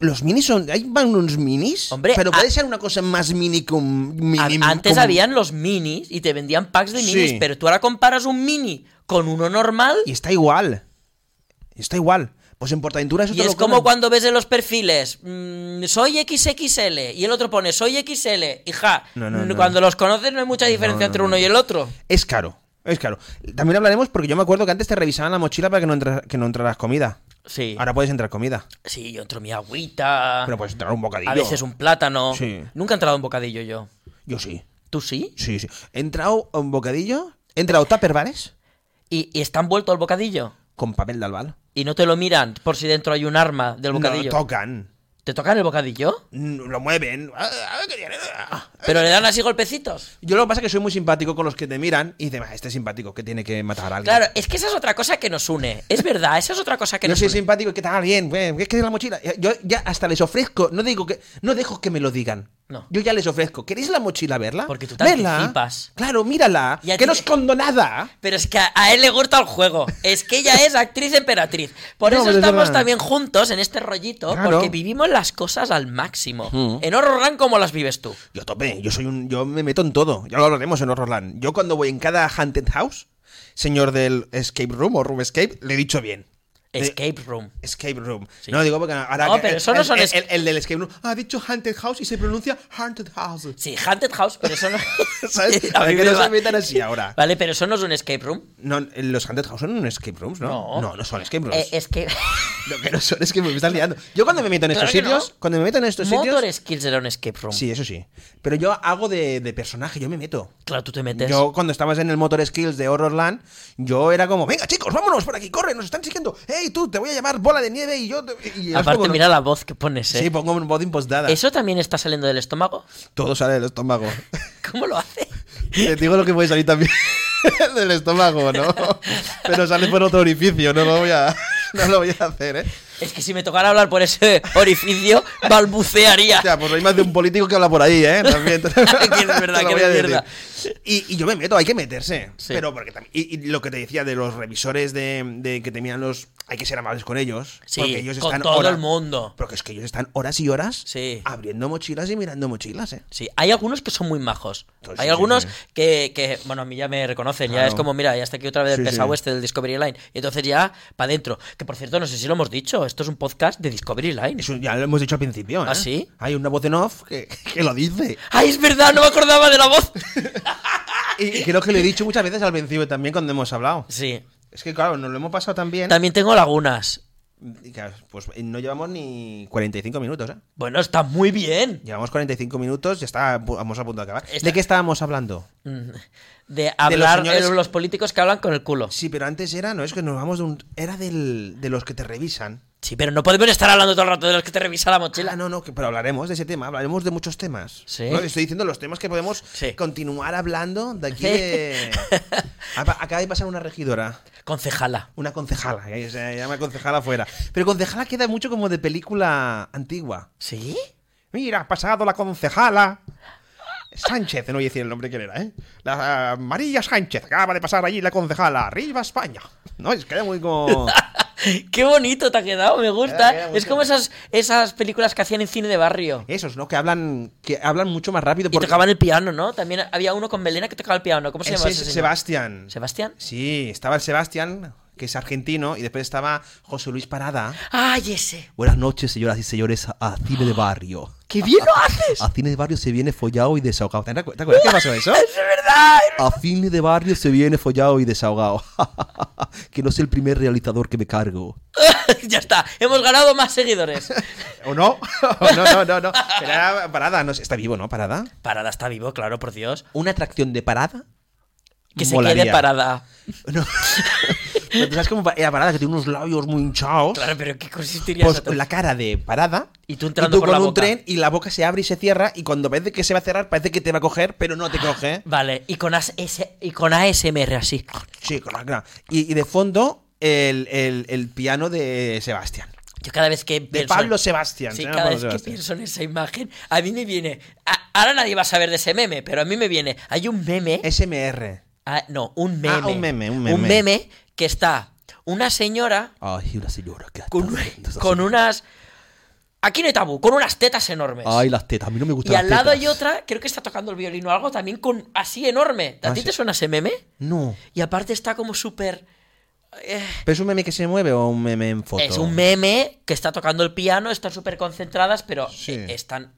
Speaker 2: Los minis son. Hay unos minis.
Speaker 3: Hombre,
Speaker 2: pero
Speaker 3: a-
Speaker 2: puede ser una cosa más mini que un mini.
Speaker 3: A- Antes
Speaker 2: como-
Speaker 3: habían los minis y te vendían packs de
Speaker 2: Sí.
Speaker 3: minis, pero tú ahora comparas un mini con uno normal
Speaker 2: Y
Speaker 3: y,
Speaker 2: está igual. Está igual. Pues en Portaventura eso te lo
Speaker 3: es como
Speaker 2: cobran.
Speaker 3: cuando ves en los perfiles, mm, soy XXL y el otro pone soy XL. Hija,
Speaker 2: No, no, no.
Speaker 3: mm, cuando los conoces no hay mucha diferencia entre uno y el otro.
Speaker 2: Es caro. Es caro. También hablaremos porque yo me acuerdo que antes te revisaban la mochila para que no, entra- que no entraras comida.
Speaker 3: Sí.
Speaker 2: Ahora puedes entrar comida.
Speaker 3: Sí, yo entro mi agüita.
Speaker 2: Pero puedes entrar un bocadillo.
Speaker 3: A veces un plátano.
Speaker 2: Sí.
Speaker 3: Nunca he entrado un bocadillo yo.
Speaker 2: Yo sí.
Speaker 3: ¿Tú sí?
Speaker 2: Sí, sí. He entrado a un bocadillo. He entrado a tupperwares
Speaker 3: ¿Y, y está envuelto el bocadillo?
Speaker 2: con papel de albal.
Speaker 3: ¿Y no te lo miran por si dentro hay un arma del
Speaker 2: No
Speaker 3: bocadillo?
Speaker 2: tocan.
Speaker 3: ¿Te tocan el bocadillo?
Speaker 2: Mm, Lo mueven. Ah, ah, qué tiene. Ah.
Speaker 3: ¿Pero le dan así golpecitos?
Speaker 2: Yo lo que pasa es que soy muy simpático con los que te miran y dicen, "Ah, este es simpático, que tiene que matar a alguien.
Speaker 3: Claro, es que esa es otra cosa que nos une. Es verdad, esa es otra cosa que
Speaker 2: yo
Speaker 3: nos
Speaker 2: soy
Speaker 3: une.
Speaker 2: simpático, ¿qué tal? Bien, bien, ¿qué es que la mochila? Yo ya hasta les ofrezco, no digo que, no dejo que me lo digan.
Speaker 3: No.
Speaker 2: Yo ya les ofrezco, ¿queréis la mochila verla?
Speaker 3: Porque tú te
Speaker 2: Verla.
Speaker 3: anticipas.
Speaker 2: Claro, mírala,
Speaker 3: Y a
Speaker 2: que
Speaker 3: ti
Speaker 2: no
Speaker 3: te-
Speaker 2: escondo nada.
Speaker 3: Pero es que a, a él le gusta el juego. Es que ella es actriz emperatriz. Por
Speaker 2: No,
Speaker 3: eso
Speaker 2: pero es
Speaker 3: estamos
Speaker 2: verdad.
Speaker 3: también juntos en este rollito,
Speaker 2: Claro. Mm.
Speaker 3: porque vivimos las cosas al máximo. En Horror como las vives tú.
Speaker 2: Yo tope, yo soy un, yo me meto en todo, ya lo hablaremos en Horrorland. Yo cuando voy en cada Haunted House, señor del Escape Room o Room Escape, le he dicho bien. De-
Speaker 3: Escape Room.
Speaker 2: Escape Room.
Speaker 3: Sí.
Speaker 2: No, digo porque ahora.
Speaker 3: No,
Speaker 2: que-
Speaker 3: pero eso no
Speaker 2: el-
Speaker 3: son
Speaker 2: el,
Speaker 3: es-
Speaker 2: el- el del Escape Room. Ah, ha dicho Haunted House y se pronuncia Haunted
Speaker 3: *laughs*
Speaker 2: House.
Speaker 3: Sí, Haunted House, pero eso no.
Speaker 2: *laughs* ¿Sabes?
Speaker 3: *laughs* A mí
Speaker 2: Para que
Speaker 3: me
Speaker 2: no se
Speaker 3: va-
Speaker 2: metan
Speaker 3: *laughs*
Speaker 2: así ahora.
Speaker 3: Vale, pero eso no es un escape room.
Speaker 2: No, los Haunted House son escape rooms, ¿no?
Speaker 3: No.
Speaker 2: no, son escape rooms.
Speaker 3: Eh, es que.
Speaker 2: *laughs* Lo que no son escape rooms, me estás liando. Yo cuando me meto en
Speaker 3: Claro
Speaker 2: estos
Speaker 3: que no.
Speaker 2: sitios. Cuando me meto en estos
Speaker 3: *laughs* Motor
Speaker 2: sitios.
Speaker 3: Skills era un escape room.
Speaker 2: Sí, eso sí. Pero yo hago de, de personaje, yo me meto.
Speaker 3: Claro, tú te metes.
Speaker 2: Yo cuando estabas en el Motor Skills de Horrorland, yo era como, venga chicos, vámonos por aquí, corre, nos están siguiendo. Hey, tú, te voy a llamar bola de nieve y yo... te-". Y- y es
Speaker 3: Aparte,
Speaker 2: como-
Speaker 3: mira la voz que pones, eh.
Speaker 2: Sí, pongo un voz impostada.
Speaker 3: ¿Eso también está saliendo del estómago? *laughs*
Speaker 2: Todo sale del estómago. *laughs*
Speaker 3: ¿Cómo lo hace?
Speaker 2: Te digo lo que puede salir también *laughs* del estómago, ¿no? Pero sale por otro orificio, no lo voy a, *laughs* no lo voy a hacer, ¿eh?
Speaker 3: Es que si me tocara hablar por ese *laughs* orificio, balbucearía.
Speaker 2: O sea, pues hay más de un político que habla por ahí, ¿eh? También. te-
Speaker 3: Que *laughs* es
Speaker 2: *laughs*
Speaker 3: verdad,
Speaker 2: te lo
Speaker 3: que
Speaker 2: voy
Speaker 3: eres
Speaker 2: a decir.
Speaker 3: mierda.
Speaker 2: Y, y yo me meto, hay que meterse.
Speaker 3: Sí.
Speaker 2: Pero porque también. Y, y lo que te decía de los revisores de, de que te miran los. Hay que ser amables con ellos.
Speaker 3: Sí,
Speaker 2: porque ellos
Speaker 3: con
Speaker 2: están
Speaker 3: todo
Speaker 2: hora-
Speaker 3: el mundo.
Speaker 2: Porque es que ellos están horas y horas
Speaker 3: Sí.
Speaker 2: abriendo mochilas y mirando mochilas, ¿eh?
Speaker 3: Sí, hay algunos que son muy majos.
Speaker 2: Pues
Speaker 3: Hay
Speaker 2: sí,
Speaker 3: algunos
Speaker 2: sí,
Speaker 3: Que, que, bueno, a mí ya me reconocen. Ya
Speaker 2: Claro.
Speaker 3: es como, mira, ya está aquí otra vez el
Speaker 2: Sí,
Speaker 3: pesado
Speaker 2: sí.
Speaker 3: este del Discovery Line. Y entonces ya, para adentro. Que por cierto, no sé si lo hemos dicho, esto es un podcast de Discovery Line.
Speaker 2: Eso ya lo hemos dicho al principio, ¿eh?
Speaker 3: ¿Ah, sí?
Speaker 2: Hay una voz en off que, *laughs* que lo dice.
Speaker 3: ¡Ay, es verdad! No me acordaba de la voz.
Speaker 2: Y creo que lo he dicho muchas veces al principio también cuando hemos hablado.
Speaker 3: Sí.
Speaker 2: Es que, claro, nos lo hemos pasado tan bien.
Speaker 3: También tengo lagunas.
Speaker 2: Y claro, pues no llevamos ni 45 minutos, ¿eh?
Speaker 3: Bueno, está muy bien.
Speaker 2: Llevamos 45 minutos y estábamos a punto de acabar.
Speaker 3: Está-
Speaker 2: ¿De qué estábamos hablando?
Speaker 3: Mm, De hablar de los,
Speaker 2: señores-
Speaker 3: políticos que hablan con el culo.
Speaker 2: Sí, pero antes era, no, es que nos vamos de un... Era del, de los que te revisan.
Speaker 3: Sí, pero no podemos estar hablando todo el rato de los que te revisa la
Speaker 2: Ah,
Speaker 3: mochila.
Speaker 2: no, no, que, pero hablaremos de ese tema, hablaremos de muchos temas.
Speaker 3: Sí.
Speaker 2: No, estoy diciendo los temas que podemos
Speaker 3: Sí.
Speaker 2: continuar hablando de
Speaker 3: *laughs*
Speaker 2: aquí
Speaker 3: Sí.
Speaker 2: de... Apa- Acaba de pasar una regidora.
Speaker 3: Concejala.
Speaker 2: Una concejala, que se llama concejala afuera. Pero concejala queda mucho como de película antigua.
Speaker 3: ¿Sí?
Speaker 2: Mira, ha pasado la concejala. Sánchez, no voy a decir el nombre que era, ¿eh? La ah, María Sánchez, acaba de pasar allí la concejala. Arriba España. No, es que era muy como...
Speaker 3: *laughs* Qué bonito te ha quedado, me gusta.
Speaker 2: Queda- queda
Speaker 3: es
Speaker 2: mucho.
Speaker 3: como esas, esas películas que hacían en cine de barrio.
Speaker 2: Esos, ¿no? Que hablan, que hablan mucho más rápido.
Speaker 3: Y
Speaker 2: porque-
Speaker 3: tocaban el piano, ¿no? También había uno con melena que tocaba el piano. ¿Cómo se
Speaker 2: Ese
Speaker 3: llamaba
Speaker 2: es
Speaker 3: ese señor?
Speaker 2: Sebastián.
Speaker 3: Eh, ¿Sebastián?
Speaker 2: Sí, estaba el Sebastián, que es argentino, y después estaba José Luis Parada.
Speaker 3: ¡Ay, ese!
Speaker 2: Buenas noches, señoras y señores, a Cine de Barrio.
Speaker 3: ¡Qué bien lo haces!
Speaker 2: A Cine de Barrio se viene follado y desahogado. ¿Te acuer- te acuerdas qué pasó
Speaker 3: *laughs*
Speaker 2: eso?
Speaker 3: ¡Es verdad!
Speaker 4: A fin de barrio se viene follado y desahogado. *laughs* que no es el primer realizador que me cargo.
Speaker 3: *laughs* ya está, hemos ganado más *laughs* seguidores.
Speaker 2: ¿O no? *laughs* O no, no, no, no. Pero era Parada, no sé, está vivo, ¿no? Parada.
Speaker 3: Parada está vivo, claro, por Dios.
Speaker 2: Una atracción de Parada.
Speaker 3: Que se
Speaker 2: Molaría.
Speaker 3: quede parada.
Speaker 2: No. *laughs* Pero tú ¿Sabes cómo era Parada? Que tiene unos labios muy hinchados.
Speaker 3: Claro, pero ¿qué consistiría
Speaker 2: Pues
Speaker 3: esa
Speaker 2: la cara de Parada.
Speaker 3: Y tú entrando por
Speaker 2: con
Speaker 3: la
Speaker 2: un
Speaker 3: boca.
Speaker 2: tren y la boca se abre y se cierra. Y cuando parece que se va a cerrar, parece que te va a coger, pero no
Speaker 3: Ah.
Speaker 2: te coge.
Speaker 3: Vale, y con, AS y con ASMR así.
Speaker 2: Sí, claro, claro. Y, y de fondo, el, el- el piano de Sebastián.
Speaker 3: Yo cada vez que
Speaker 2: De
Speaker 3: pienso-
Speaker 2: Pablo Sebastián. se
Speaker 3: Sí,
Speaker 2: llama
Speaker 3: cada
Speaker 2: Pablo
Speaker 3: vez que
Speaker 2: Sebastián.
Speaker 3: pienso en esa imagen, a mí me viene. a- ahora nadie va a saber de ese meme, pero a mí me viene. Hay un meme.
Speaker 2: SMR.
Speaker 3: ah, no, un meme.
Speaker 2: Ah, un meme, un meme.
Speaker 3: meme que está una señora
Speaker 4: Ay, una señora que está
Speaker 3: con,
Speaker 4: haciendo esas-
Speaker 3: con unas. Aquí no hay tabú, con unas tetas enormes.
Speaker 4: Ay, las tetas. A mí no me
Speaker 3: y
Speaker 4: gustan las
Speaker 3: al lado
Speaker 4: tetas.
Speaker 3: hay otra, creo que está tocando el violín o algo también con así enorme. ¿A
Speaker 2: Ah,
Speaker 3: ti
Speaker 2: sí.
Speaker 3: te suena ese meme?
Speaker 2: No.
Speaker 3: Y aparte está como súper.
Speaker 2: ¿Pero es un meme que se mueve o un meme en foto?
Speaker 3: Es un meme que está tocando el piano, están súper concentradas, pero
Speaker 2: Sí.
Speaker 3: eh, están.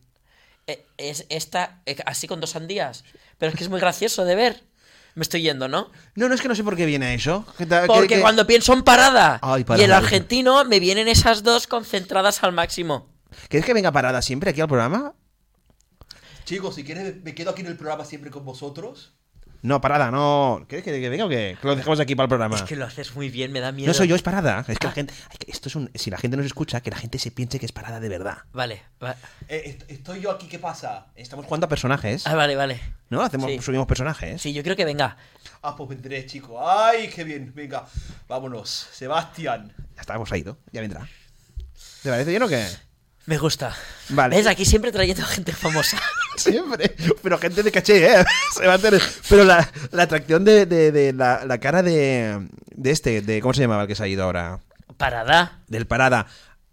Speaker 3: eh, es esta eh, así con dos sandías. Pero es que es muy gracioso de ver. Me estoy yendo, ¿no?
Speaker 2: No, no es que no sé por qué viene eso. Que ta- Ah, que-
Speaker 3: Porque
Speaker 2: que-
Speaker 3: cuando pienso en parada
Speaker 4: Ay,
Speaker 3: y
Speaker 4: parada.
Speaker 3: el argentino me vienen esas dos concentradas al máximo.
Speaker 2: ¿Quieres que venga parada siempre aquí al programa?
Speaker 4: Chicos, si quieres, me quedo aquí en el programa siempre con vosotros.
Speaker 2: No, parada, no. ¿Quieres que, que venga o qué? Que lo dejamos aquí para el programa.
Speaker 3: Es que lo haces muy bien, me da miedo. Ah.
Speaker 2: No soy yo, es parada. Es que la gente. ay, que Esto es un. Si la gente nos escucha, que la gente se piense que es parada de verdad.
Speaker 3: Vale, va-
Speaker 4: Eh, estoy yo aquí, ¿qué pasa?
Speaker 2: Estamos jugando a personajes.
Speaker 3: ah, vale, vale.
Speaker 2: ¿No? Hacemos,
Speaker 3: Sí.
Speaker 2: subimos personajes.
Speaker 3: Sí, yo creo que venga.
Speaker 4: Ah, pues vendré, chicos. Ay, qué bien. Venga, vámonos. Sebastián.
Speaker 2: Ya está, pues ha ido. Ya vendrá. ¿Te parece bien o
Speaker 3: *laughs*
Speaker 2: qué?
Speaker 3: Me gusta.
Speaker 2: Vale.
Speaker 3: ¿Ves? Aquí siempre trayendo *laughs* gente famosa.
Speaker 2: Siempre. Pero gente de caché, ¿eh? *laughs* Se va a tener- Pero la, la atracción de, de- de la, la cara de, de este, de ¿cómo se llamaba el que se ha ido ahora?
Speaker 3: Parada.
Speaker 2: Del Parada,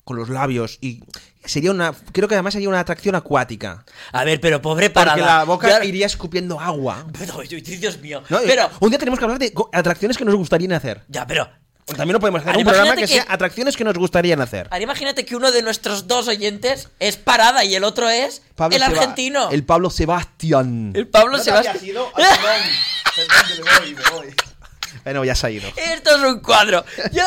Speaker 2: con los labios y... Sería una... Creo que además sería una atracción acuática.
Speaker 3: A ver, pero pobre
Speaker 2: Porque
Speaker 3: parada.
Speaker 2: la boca
Speaker 3: Ya-
Speaker 2: iría escupiendo agua.
Speaker 3: Pero, yo- Dios mío.
Speaker 2: No,
Speaker 3: pero,
Speaker 2: Un día tenemos que hablar de co- atracciones que nos gustaría hacer.
Speaker 3: Ya, pero
Speaker 2: También no podemos hacer
Speaker 3: Ahora,
Speaker 2: un programa que,
Speaker 3: Ah, imagínate
Speaker 2: sea
Speaker 3: que-
Speaker 2: atracciones que nos gustarían hacer.
Speaker 3: Ahora imagínate que uno de nuestros dos oyentes es Parada y el otro es el
Speaker 4: Seba-
Speaker 3: argentino.
Speaker 4: El Pablo Sebastián.
Speaker 3: El Pablo Sebastián.
Speaker 2: Bueno, ya se ha ido.
Speaker 3: *laughs* Esto es un cuadro.
Speaker 2: *laughs*
Speaker 3: Yo-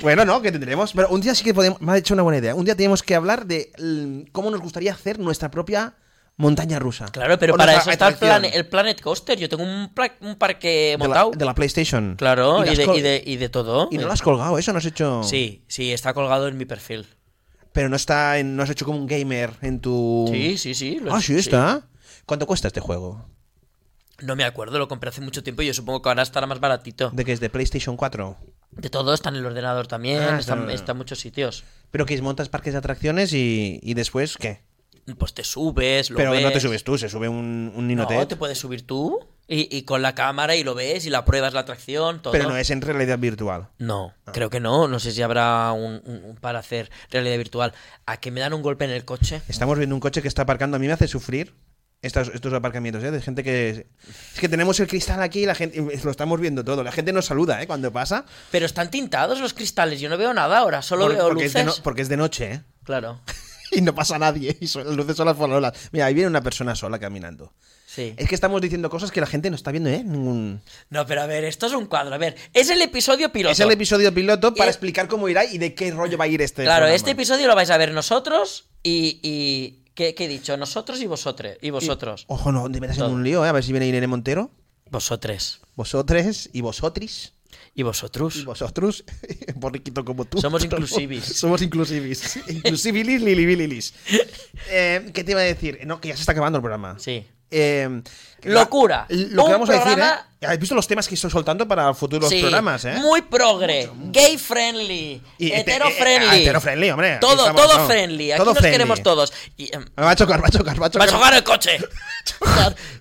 Speaker 2: Bueno, no, que tendremos. Pero un día sí que podemos. Me ha hecho una buena idea. Un día tenemos que hablar de mm, cómo nos gustaría hacer nuestra propia montaña rusa.
Speaker 3: Claro, pero
Speaker 2: O
Speaker 3: para eso
Speaker 2: nuestra
Speaker 3: está el,
Speaker 2: atracción.
Speaker 3: plane- el Planet Coaster. Yo tengo un, pla- un parque
Speaker 2: de la,
Speaker 3: montado.
Speaker 2: de la PlayStation.
Speaker 3: Claro, y,
Speaker 2: las
Speaker 3: de,
Speaker 2: col-
Speaker 3: y de- y de todo.
Speaker 2: y no lo has colgado, eso no has hecho.
Speaker 3: Sí, sí, está colgado en mi perfil.
Speaker 2: Pero no está en- no has hecho como un gamer en tu.
Speaker 3: Sí, sí, sí. lo-
Speaker 2: Ah, sí, está. ¿Cuánto cuesta este juego?
Speaker 3: No me acuerdo, lo compré hace mucho tiempo y yo supongo que ahora estará más baratito.
Speaker 2: ¿De que es de PlayStation 4?
Speaker 3: De todo, está en el ordenador también,
Speaker 2: Ah,
Speaker 3: está,
Speaker 2: está-
Speaker 3: está en muchos sitios.
Speaker 2: Pero que montas parques de atracciones y, y después, ¿qué?
Speaker 3: Pues te subes, lo
Speaker 2: Pero
Speaker 3: ves.
Speaker 2: no te subes tú, se sube un, un
Speaker 3: No,
Speaker 2: Ninotet.
Speaker 3: te puedes subir tú y, y con la cámara y lo ves y la pruebas la atracción, todo.
Speaker 2: Pero no es Ah. en realidad virtual.
Speaker 3: No, creo que no. No sé si habrá un, un- un para hacer realidad virtual. ¿A que me dan un golpe en el coche?
Speaker 2: Estamos viendo un coche que está aparcando. A mí me hace sufrir estos, estos aparcamientos, ¿eh? De gente que. Es que tenemos el cristal aquí y la gente. y Lo estamos viendo todo. La gente nos saluda, ¿eh? Cuando pasa.
Speaker 3: Pero están tintados los cristales. Yo no veo nada ahora. Solo
Speaker 2: Por-
Speaker 3: veo
Speaker 2: porque,
Speaker 3: luces.
Speaker 2: es de no- porque es de noche, ¿eh? *laughs*
Speaker 3: Claro.
Speaker 2: Y no pasa nadie. Y son- las luces son las farolas. Mira, ahí viene una persona sola caminando.
Speaker 3: Sí.
Speaker 2: Es que estamos diciendo cosas que la gente no está viendo, ¿eh? Ningún...
Speaker 3: No, pero a ver, esto es un cuadro. A ver, es el episodio piloto.
Speaker 2: Es el episodio piloto para
Speaker 3: Eh.
Speaker 2: explicar cómo irá y de qué rollo va a ir este.
Speaker 3: Claro,
Speaker 2: programa.
Speaker 3: este episodio lo vais a ver nosotros y. y ¿qué, qué he dicho? Nosotros y vosotros. Y vosotros.
Speaker 2: Ojo, no, te metas en
Speaker 3: Todo.
Speaker 2: un lío, ¿eh? A ver si viene Irene Montero.
Speaker 3: Vosotres.
Speaker 2: Vosotros y vosotris.
Speaker 3: Y vosotros.
Speaker 2: Y *laughs* vosotros. Borriquito como tú. *laughs*
Speaker 3: Somos inclusivis.
Speaker 2: Somos
Speaker 3: *laughs*
Speaker 2: inclusivis. Inclusivilis, lilibililis. Eh, ¿Qué te iba a decir? No, que ya se está acabando el programa.
Speaker 3: Sí.
Speaker 2: Eh, que
Speaker 3: Locura.
Speaker 2: va- Lo
Speaker 3: Un
Speaker 2: que vamos a decir,
Speaker 3: programa-
Speaker 2: ¿eh? ¿Habéis visto los temas que estoy soltando para futuros
Speaker 3: Sí,
Speaker 2: programas, eh?
Speaker 3: Muy progre, gay friendly,
Speaker 2: Y-
Speaker 3: hetero
Speaker 2: eh, eh,
Speaker 3: friendly.
Speaker 2: ah, hetero friendly, hombre, aquí
Speaker 3: Todo,
Speaker 2: estamos,
Speaker 3: todo
Speaker 2: ¿no?
Speaker 3: friendly. Aquí
Speaker 2: Todo
Speaker 3: nos
Speaker 2: friendly.
Speaker 3: queremos todos. Y, em,
Speaker 2: Va a chocar, va a chocar, va a
Speaker 3: ¡Me
Speaker 2: chocar.
Speaker 3: has chocado
Speaker 2: *laughs*
Speaker 3: el coche! *laughs*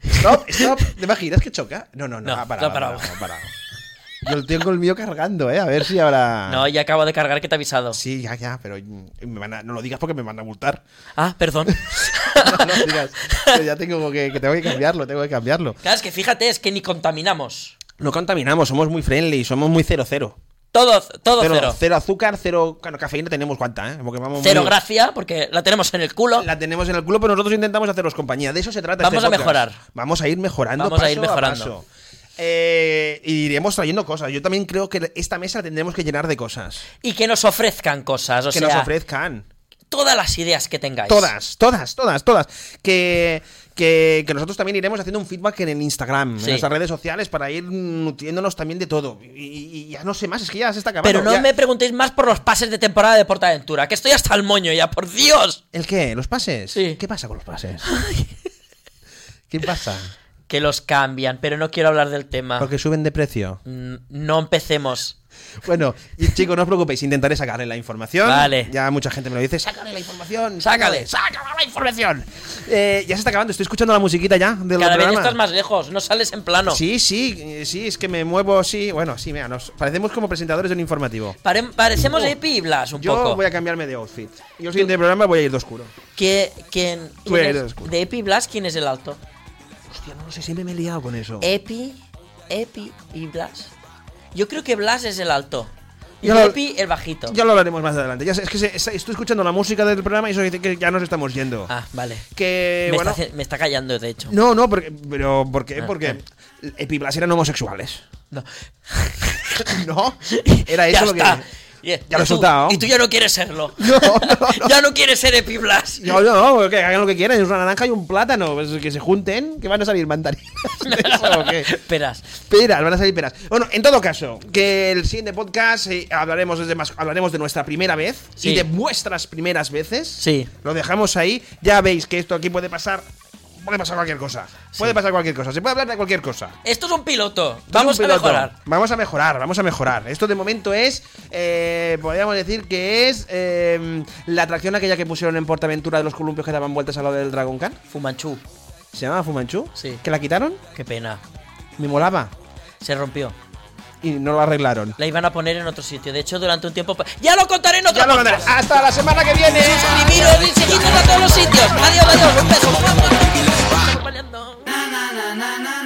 Speaker 2: Stop, stop. ¿Te imaginas que choca? No, no, no.
Speaker 3: No,
Speaker 2: ha
Speaker 3: no
Speaker 2: parado.
Speaker 3: ha
Speaker 2: ha
Speaker 3: parado.
Speaker 2: parado, ha parado. Yo tengo el mío cargando, ¿eh? A ver si ahora.
Speaker 3: No, ya acabo de cargar que te he avisado.
Speaker 2: Sí, ya, ya, pero mm, me van a- no lo digas porque me van a multar. *laughs*
Speaker 3: Ah, perdón. *laughs*
Speaker 2: No, no digas. Pero ya tengo que, que tengo que cambiarlo, tengo que cambiarlo.
Speaker 3: claro, es que fíjate, es que ni contaminamos.
Speaker 2: No contaminamos, somos muy friendly, somos muy cero cero.
Speaker 3: Todo, todo cero. Cero,
Speaker 2: azúcar, cero bueno, cafeína tenemos cuánta, ¿eh? Porque vamos muy-
Speaker 3: gracia, porque la tenemos en el culo.
Speaker 2: La tenemos en el culo, pero nosotros intentamos haceros compañía. De eso se trata.
Speaker 3: Oh. Vamos
Speaker 2: este
Speaker 3: a
Speaker 2: podcast.
Speaker 3: mejorar.
Speaker 2: Vamos a ir mejorando.
Speaker 3: Vamos a
Speaker 2: paso
Speaker 3: ir mejorando.
Speaker 2: paso. Eh, iremos trayendo cosas. Yo también creo que esta mesa la tendremos que llenar de cosas.
Speaker 3: Y que nos ofrezcan cosas, o
Speaker 2: que
Speaker 3: sea,
Speaker 2: nos ofrezcan.
Speaker 3: todas las ideas que tengáis.
Speaker 2: Todas, todas, todas, todas. Que, que, que nosotros también iremos haciendo un feedback en el Instagram,
Speaker 3: Sí.
Speaker 2: en nuestras redes sociales, para ir nutriéndonos también de todo. Y, y ya no sé más, es que ya se está acabando.
Speaker 3: Pero no
Speaker 2: ya-
Speaker 3: me preguntéis más por los pases de temporada de Portaventura, que estoy hasta el moño ya, por Dios.
Speaker 2: ¿El qué? ¿Los pases?
Speaker 3: Sí.
Speaker 2: ¿Qué pasa con los
Speaker 3: *laughs*
Speaker 2: pases? ¿Qué pasa?
Speaker 3: Que los cambian, pero no quiero hablar del tema.
Speaker 2: Porque suben de precio.
Speaker 3: Mm, No empecemos.
Speaker 2: Bueno, y chicos, no os preocupéis, intentaré sacarle la información.
Speaker 3: Vale.
Speaker 2: Ya mucha gente me lo dice, sácale la información.
Speaker 3: Sácale.
Speaker 2: sácale la información. Eh, ya se está acabando, estoy escuchando la musiquita ya del
Speaker 3: Cada vez
Speaker 2: programa.
Speaker 3: estás más lejos, no sales en plano.
Speaker 2: Sí, sí, eh, sí, es que me muevo así. Bueno, sí, mira, nos parecemos como presentadores de un informativo.
Speaker 3: Pare- parecemos Epi y Blas un
Speaker 2: Oh. Yo
Speaker 3: poco.
Speaker 2: voy a cambiarme de outfit. Yo el siguiente programa voy a ir de oscuro.
Speaker 3: ¿Qué- quién, quién
Speaker 2: Tú eres
Speaker 3: es-
Speaker 2: oscuro.
Speaker 3: de Epi y Blas, ¿quién es el alto?
Speaker 2: Hostia, no sé, siempre me he liado con eso.
Speaker 3: Epi, Epi y Blas. Yo creo que Blas es el alto. Y
Speaker 2: Yo lo-
Speaker 3: Epi el bajito.
Speaker 2: Ya lo hablaremos más adelante. Ya sé, es que se- es- estoy escuchando la música del programa y eso dice que ya nos estamos yendo.
Speaker 3: Ah, vale.
Speaker 2: Que,
Speaker 3: me,
Speaker 2: Eh, bueno...
Speaker 3: está, ce- me está callando, de hecho.
Speaker 2: No, no, porque, pero ¿por qué?
Speaker 3: Ah,
Speaker 2: Porque Epiblas eran homosexuales.
Speaker 3: No.
Speaker 2: No, *laughs* era eso
Speaker 3: Oh, ya
Speaker 2: lo que...
Speaker 3: está. Y- y
Speaker 2: lo he
Speaker 3: tú-
Speaker 2: soltado.
Speaker 3: Y tú ya no quieres serlo.
Speaker 2: *laughs* No, no, no.
Speaker 3: *laughs* ya no quieres ser Epi y Blas.
Speaker 2: No, no, no, que hagan lo que quieran, es una naranja y un plátano, pues, que se junten, que van a salir mandarinas. ¿De *laughs* eso o
Speaker 3: *laughs*
Speaker 2: qué?
Speaker 3: Esperas.
Speaker 2: Peras, van a salir peras. Bueno, en todo caso, que el siguiente podcast eh, hablaremos, de más, hablaremos de nuestra primera vez
Speaker 3: Sí.
Speaker 2: y de vuestras primeras veces.
Speaker 3: Sí.
Speaker 2: Lo dejamos ahí. Ya veis que esto aquí puede pasar. Puede pasar cualquier cosa. Puede pasar cualquier cosa. Se puede hablar de cualquier cosa.
Speaker 3: Esto es un piloto.
Speaker 2: Esto es
Speaker 3: Vamos
Speaker 2: un
Speaker 3: a
Speaker 2: piloto.
Speaker 3: mejorar.
Speaker 2: Vamos a mejorar, vamos a mejorar. Esto de momento es, eh, podríamos decir que es eh, la atracción aquella que pusieron en Portaventura de los columpios que daban vueltas a lo del Dragon Khan.
Speaker 3: Fumanchu.
Speaker 2: ¿Se llamaba Fumanchu?
Speaker 3: Sí.
Speaker 2: ¿Que la quitaron?
Speaker 3: Qué pena.
Speaker 2: Me molaba.
Speaker 3: Se rompió.
Speaker 2: Y no lo arreglaron.
Speaker 3: La iban a poner en otro sitio. De hecho, durante un tiempo. pa- ¡Ya lo contaré en otro
Speaker 2: Ya lo
Speaker 3: podcast!
Speaker 2: mandaré. Hasta la semana que viene.
Speaker 3: Suscribiros y seguidnos a todos los sitios. Adiós, adiós. Un beso. Estamos peleando.
Speaker 5: na na na na